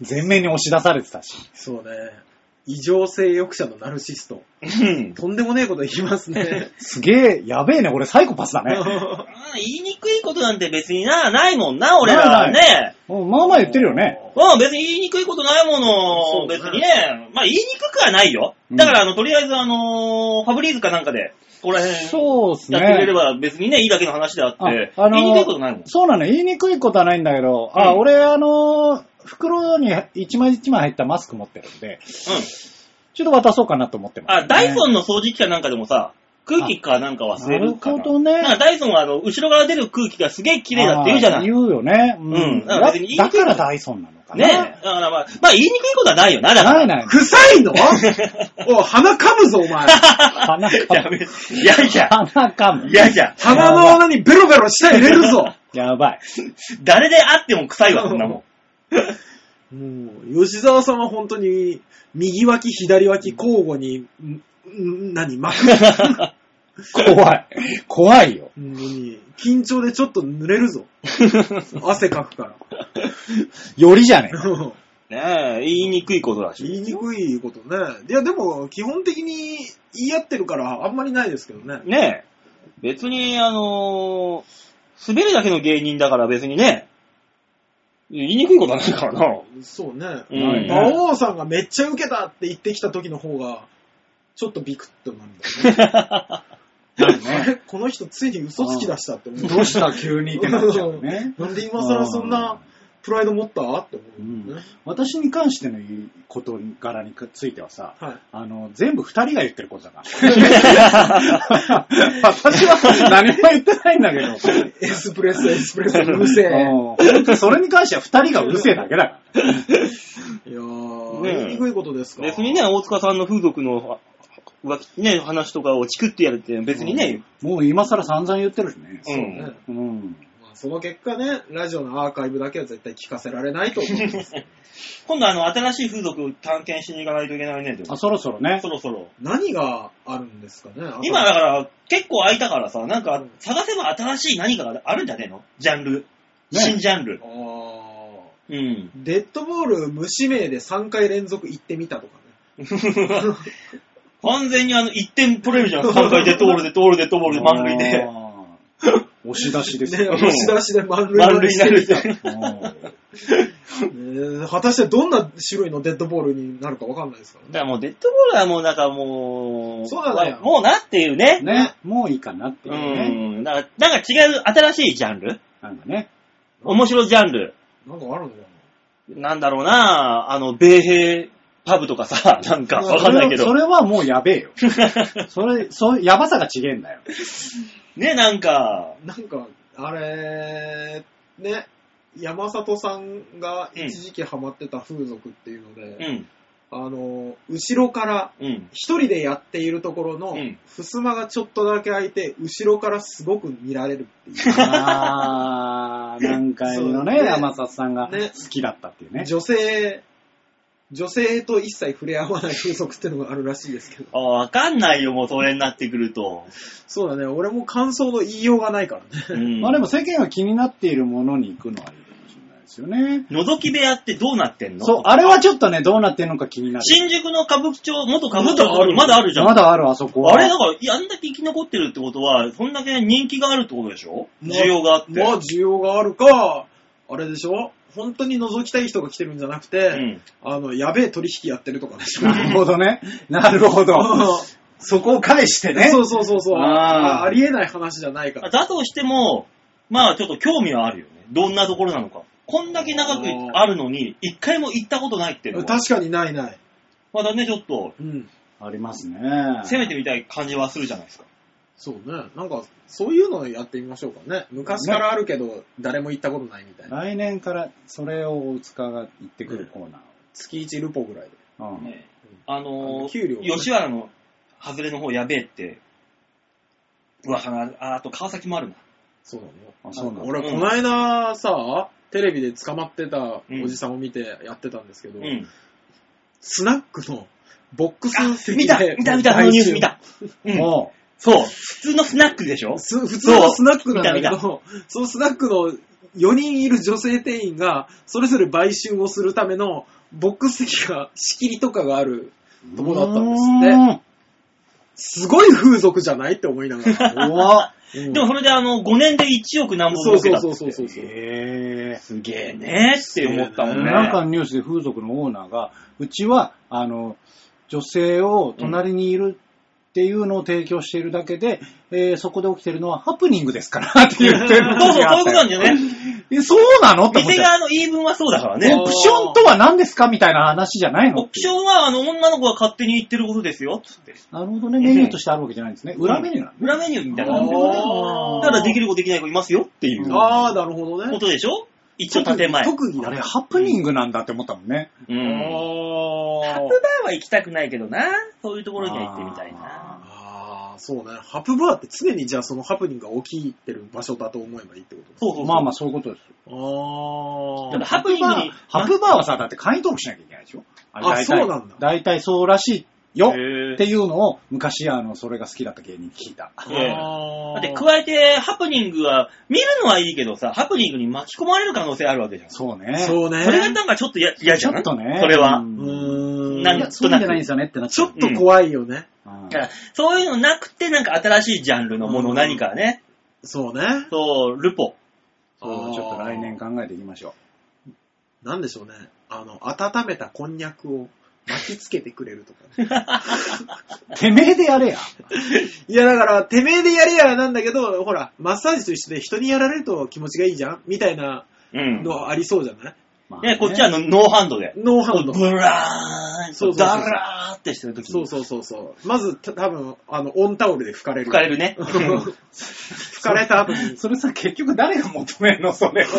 全面に押し出されてたし。そうね。異常性欲者のナルシスト。 うんとんでもねえこと言いますね。すげえ、やべえね、俺サイコパスだね。あー言いにくいことなんて別にな、ないもんな、俺らはね。ないうんまあまあ言ってるよね。うん、別に言いにくいことないもその、うね別にね。まあ言いにくくはないよ。うんだから、あの、とりあえず、あのーファブリーズかなんかで、ここら辺、そうですやね。ってくれれば別にね、いいだけの話であって、ああのー言いにくいことないもん。そうなの、言いにくいことはないんだけど、あ、うん俺、あのー袋に一枚一枚入ったマスク持ってるんで、うん。ちょっと渡そうかなと思ってます、あ、ダイソンの掃除機かなんかでもさ、空気かなんか忘なれるるかな。ほどなんかね。ダイソンはあの、後ろから出る空気がすげえ綺麗だって言うじゃなあーい。言うよね。ううんだだから別に言いにだくいからダイソンなのかな。ねえ。だからまあ、まあ言いにくいことはないよな、だかなら。いない。臭いのおい、鼻噛むぞ、お前。鼻 やかめ、嫌じゃん。鼻かむ。嫌じゃん。鼻の穴にベロベロ舌入れるぞ。やばい。誰であっても臭いわ、そんなもん。もう、吉沢さんは本当に、右脇、左脇、交互に、んん何、巻く。怖い。怖いよ。本当に、緊張でちょっと濡れるぞ。汗かくから。よりじゃねねえ、言いにくいことだし。 言いにくいことね。いや、でも、基本的に言い合ってるから、あんまりないですけどね。ねえ。別に、あのー滑るだけの芸人だから別にね、言いにくいことはないからな。そうね。うんないね馬王さんがめっちゃ受けたって言ってきた時の方が、ちょっとビクッとなるんだよね。あれ この人ついに嘘つき出したって思う。え。どうした急にってなっちゃうね。なんで今更そんなプライド持ったって思う、ね。 私に関しての事柄についてはさ、はい。あの、全部二人が言ってることだ から。私は何も言ってないんだけど。エスプレッソ、エスプレッソ、うるせえ。うん本当それに関しては二人がうるせえだけだかいやー、ねえ言いにくいことですか別にね、大塚さんの風俗の、浮気ね、話とかをチクってやるって別にね、ら。もう今更散々言ってるしね。うねん。うん。まあその結果ね、ラジオのアーカイブだけは絶対聞かせられないと思います。今度あの、新しい風俗を探検しに行かないといけないね、でもあ、そろそろねそ。ろそろ。何があるんですかね今だから、結構空いたからさ、なんか、探せば新しい何かがあるんじゃねえのジャンル。ね新ジャンル。あーうん。デッドボール無指名で3回連続行ってみたとかね。完全にあの、一点取れるじゃん。3回デッドボール、デッドボール、デッドボールで満塁で。あー。押し出しですね、よ。押し出しで満塁満塁になるじゃん。うんね果たしてどんな種類のデッドボールになるかわかんないですからね。だからもうデッドボールはもうなんかもう、そうなのよもうなっていうね。ね、もういいかなっていううね。ん。だから、なんか違う新しいジャンルなんかね。面白ジャンル。なんかあるのかなんだろうなあの、米兵パブとかさ、 なんかわかんないけそど。れはもうやべ えよ。それ、そう、やばさが違えんだよ。ね、なんか、ななんか、あれ、ね、山里さんが一時期ハマってた風俗っていうのうで、ん、あの、後ろからうん。一人でやっているところのうん、襖がちょっとだけ開いて、後ろからすごく見られるっていう。あー、何回のね、そうね山里さんがね好きだったっていうね。女性、女性と一切触れ合わない風俗ってのがあるらしいですけど。あわかんないよ、もうそれになってくると。そうだね、俺も感想の言いようがないからね。うん。 まあでも世間は気になっているものに行くのはいいかもしれないですよね。覗き部屋ってどうなってんのそう、あれはちょっとね、どうなってんのか気になる。新宿の歌舞伎町、元歌舞伎町まだあるまだあるじゃん。まだある、あそこは。あれだから、いやあんだけ生き残ってるってことは、そんだけ人気があるってことでしょま需要があって。まあ、需要があるか、あれでしょ本当に覗きたい人が来てるんじゃなくて、うん。あの、やべえ取引やってるとかでしょ。なるほどね。なるほど。そこを返して ね。そうそうそうそうあーあ。ありえない話じゃないから。だとしても、まあちょっと興味はあるよね。どんなところなのか。こんだけ長くあるのに、一回も行ったことないっていうのは。確かにないない。まだね、ちょっと、うん。ありますね。攻めてみたい感じはするじゃないですか。そうね。なんか、そういうのをやってみましょうかね。昔からあるけど、誰も行ったことないみたいな。来年からそれを大塚が言ってくるコーナ月1ルポぐらいで。ーを。うんねあのーあの給料がね吉原の外れの方やべえって、噂が、ああと川崎もあるな。そうなのあそうなの俺、この間さ、テレビで捕まってたおじさんを見てやってたんですけうど、ん。スナックのボックあス 席見たで見た見たあのニュース見 たうん。もそう、普通のスナックでしょす普通のスナックなんだけど、そのスナックの4人いる女性店員が、それぞれ売春をするためのボックス席が仕切りとかがあるう、とこだったんですって。すごい風俗じゃないって思いなが ら。うーん。うわ。うんでもそれであの、5年で1億何本そう儲けたそうってそうそうそうそう。ええ。すげえねって思ったもんね。なんかのニュースで風俗のオーナーが、うちは、あの、女性を隣にいるっていうのを提供しているだけで、えーそこで起きてるのはハプニングですからって言そうそう、ってるそういうことなんでだよね。えそうなのって思 っ店ちゃ側う。の言い分はそうだからね。オプションとは何ですかみたいな話じゃないのオプションは、あの、女の子が勝手に言ってることですよ、つって。なるほどね。メニューとしてあるわけじゃないんですね。裏メニューなの裏メニューみたいなあ感じで。ーだからできる子できない子いますよっていううんあー、なるほこどね。とでしょ一応建前。特技だあれ、ね。ハプニングなんだって思ったもんね。うん。ハあプバーーは行きたくないけどな。そういうところには行ってみたいな。あー、そうね。ハプバーって常にじゃあそのハプニングが起きてる場所だと思えばいいってことそうそうそう。まあまあそういうことですあよ。ただー。ハプニングに。ハプバーはさ、だって会員登録しなきゃいけないでしょああ大体そうなんだ大体そうらしいよへーっていうのを、昔、あの、それが好きだった芸人に聞いた。ええあーだって加えて、ハプニングは、見るのはいいけどさ、ハプニングに巻き込まれる可能性あるわけじゃん。そうね。そうね。それがなんかちょっとや嫌じちゃょんっとね。それはううんーん。なんいかや、そういうんじゃないんですよねってなっちちゃょうっ。と怖いよね。うだんから、そういうのなくて、なんか新しいジャンルのもの何かね。そうね。そう、ルポ。そうちょっと来年考えていきましょなんでしょうね。あの、温めたこんにゃくを巻きつけてくれるとか、ね。う。てめえでやれや。いや、だから、てめえでやれやなんだけど、ほら、マッサージと一緒で人にやられると気持ちがいいじゃんみたいなうん。のありそうじゃないまあねね、こっちはノノーハンドで。ノーハンド。ブラーン、そうそうそうダラーってしてるときそう に。そうそうそう。まず、た多分あの、オンタオルで拭かれる。吹かれるね。うん。 拭かれた後に。それさ、結局誰が求めるのそれを。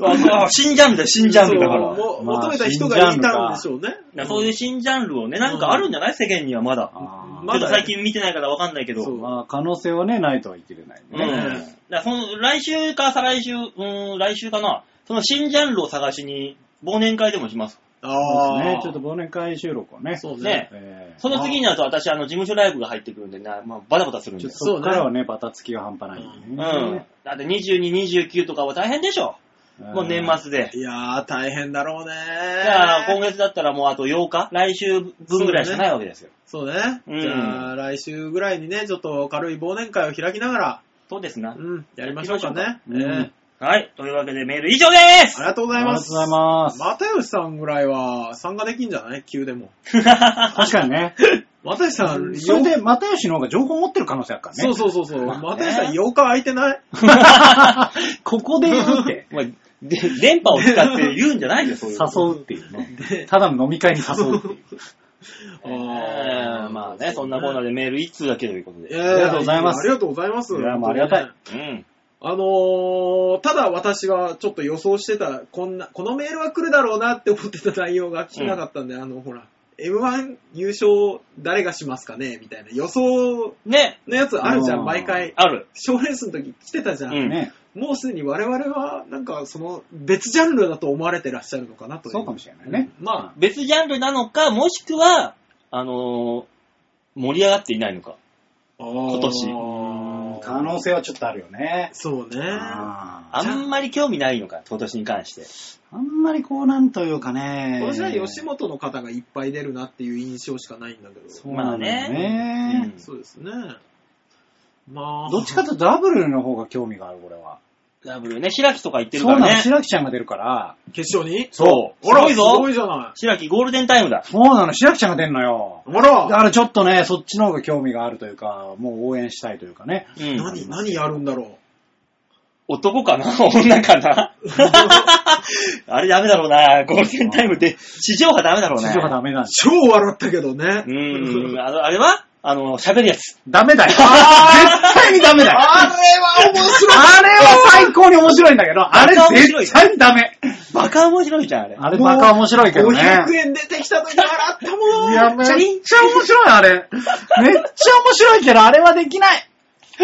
あ新ジャンルだよ、新ジャンルだから。だかそうもまあ求めた人がいたんでしょうね。らそういう新ジャンルをね、なんかあるんじゃない世間にはまだ。あーちょっと最近見てないからわかんないけど。そうまあ、可能性はね、ないとは言い切れないんでうん。ね。だからその、来週か再来週、うーん、来週かな。その新ジャンルを探しに、忘年会でもします。そうですあねあ。。ちょっと忘年会収録をね。そうねね。えーその次になると私、あの、事務所ライブが入ってくるんでな、まあ、バタバタするんちょでっと。そっからはね、バタつきが半端ないんうでん。ね。だって22、29とかは大変でしょ。もう年末で。いやー、大変だろうね。じゃあ、今月だったらもうあと8日、来週分ぐらいしかないわけですよ。そうね。うんじゃあ、来週ぐらいにね、ちょっと軽い忘年会を開きながら、そうですな。うん、やりましょうかね。やりましょうかええはい。というわけでメール以上でーあすりがとうごあざいりがまとうす。ございます。又吉さんぐらいは参加できんじゃない急でも。確かにね。又吉さん、 それよで、又吉の方が情報持ってる可能性あるからね。そうそうそうそう。まあね又吉さん8日空いてないここで言う って。 まあ、で電波を使って言うんじゃないよ、そういうこと。誘うっていうね。ただの飲み会に誘うって いう。えーまあね、そんなコーナーでメール1通だけということええで。ありがとうございますありがとうございます。いやもうありがたい。うん。あのー、ただ私はちょっと予想してた、こんな、このメールは来るだろうなって思ってた内容が聞けなかったんで、あの、ほら、M1 優勝誰がしますかねみたいな予想ね、のやつあるじゃうんん、毎回。ある。賞レースの時来てたじゃん。うんね。もうすでに我々は、なんかその別ジャンルだと思われてらっしゃるのかなという。そうかもしれないね。ま別ジャンルなのか、もしくは、あのー盛り上がっていないのか。あ、今今年うん可能性はちょっとあるよね。そうね。あーあんまり興味ないのか、今年に関して。あんまりこう、なんというかね。今年は吉本の方がいっぱい出るなっていう印象しかないんだけど。そそうなんだよまあねね。うですね。まあ。どっちかというとダブルの方が興味がある、これは。ダブルね、白木とか言ってるそかうなの、らね。白木ちゃんが出るから。決勝にそう。あすら、ごいすぞご。いじゃない。白木ゴールデンタイムだ。そうなの、白木ちゃんが出んのよ。あらだからちょっとね、そっちの方が興味があるというか、もう応援したいというかね。うん。何、何やるんだろ男かな 女か なあれダメだろうな。ゴールデンタイムって、地上波ダメだろう地ね。上波ダメなんうで。す。超笑ったけどね。うん。あのあれはあの、喋るやつ。ダメだよ。絶対にダメだよ。あれは面白い。あれは最高に面白いんだけど、あれまた面白い絶対にダメ。バカ面白いじゃん、あれ。あれバカ面白いけどね。 500円出てきた時笑ったもん。いや、めっちゃ面白い、あれ。めっちゃ面白いけど、あれはできない。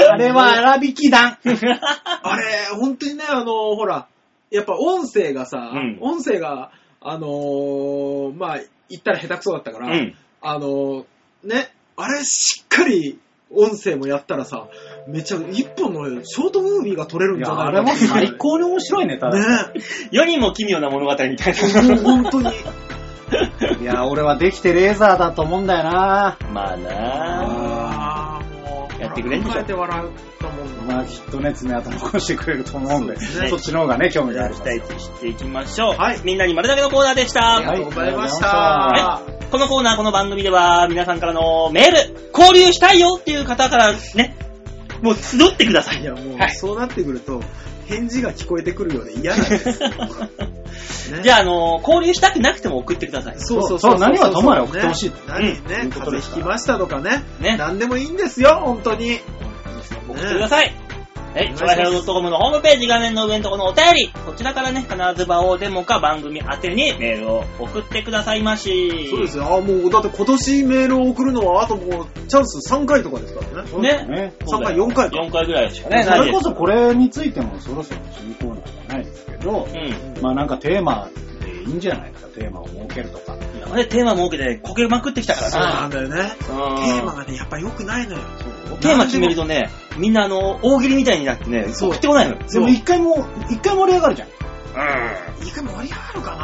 あれは荒引き団。あれ、本当にね、あの、ほら、やっぱ音声がさ、うん音声が、あのーまあ、言ったら下手くそだったかうら、ん。あのーね、あれしっかり音声もやったらさ、めちゃ一本のショートムービーが撮れるんいじや、ゃなあいれかもな最高に面白いネタだ。ね。世にも奇妙な物語みたいもうな。本当に。いや、俺はできてレーザーだと思うんだよな。 まあなあーもうやってくれんでしょ考えて笑ったもんまあ、きっとね、爪痕残してくれると思うんそうで、ですねそっちの方がね、興味がある期待していきましょう。はいみんなに丸だけのコーナーでした。ありがとうございました。はいあこのコーナー、この番組では、皆さんからのメール、交流したいよっていう方からね、もう集ってくださいい。や、もう、はいそうなってくると、返事が聞こえてくるようで嫌なんですよ。 ねじゃあ、あのー交流したくなくても送ってください。そうそうそう何はともあれ送ってほしいね何ね、うん風邪ひきましたとかね。ね何でもいいんですよ、本当に。送ってください。はい、ちょいはよ .com のホームページ画面の上のところのお便り、こちらからね、必ず場をデモか番組宛てにメールを送ってくださいまし。そうですよ。あ、もう、だって今年メールを送るのは、あともう、チャンス3回とかですからね。ね。ね。そうだよ三回四回か四回ぐらいしかね、そないれでこす。そこれについてもそろそろ新コーナーじゃないですけど、うん。まあなんかテーマでいいんじゃないですか、テーマを設けるとか。今までテーマ設けてこけまくってきたからそうなんな。だよね。うんテーマがね、やっぱ良くないのよ。テーマ決めるとね、みんなあの、大喜利みたいになってね、そう送ってこないのよ。でも一回も、一回盛り上がるじゃん。一回盛り上がるかな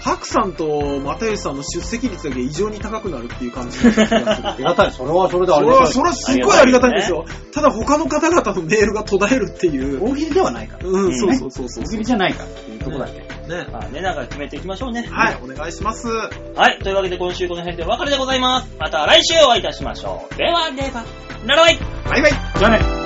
ハクさんと又吉さんの出席率だけ異常に高くなるっていう感じがする。 ありがたい、それはそれであそりれがは、たい。それはすっごいありがたいんですよ。ただ他の方々のメールが途絶えるっていう。大喜利ではないから。うん、そうそうそうそ大う。喜利じゃないからっていうとこだけ。ね。まあね、なんか決めていきましょうね。はい、お願いします。はい、というわけで今週この辺でお別れでございます。また来週お会いいたしましょう。ではでは、ならばいバイバイじゃあね。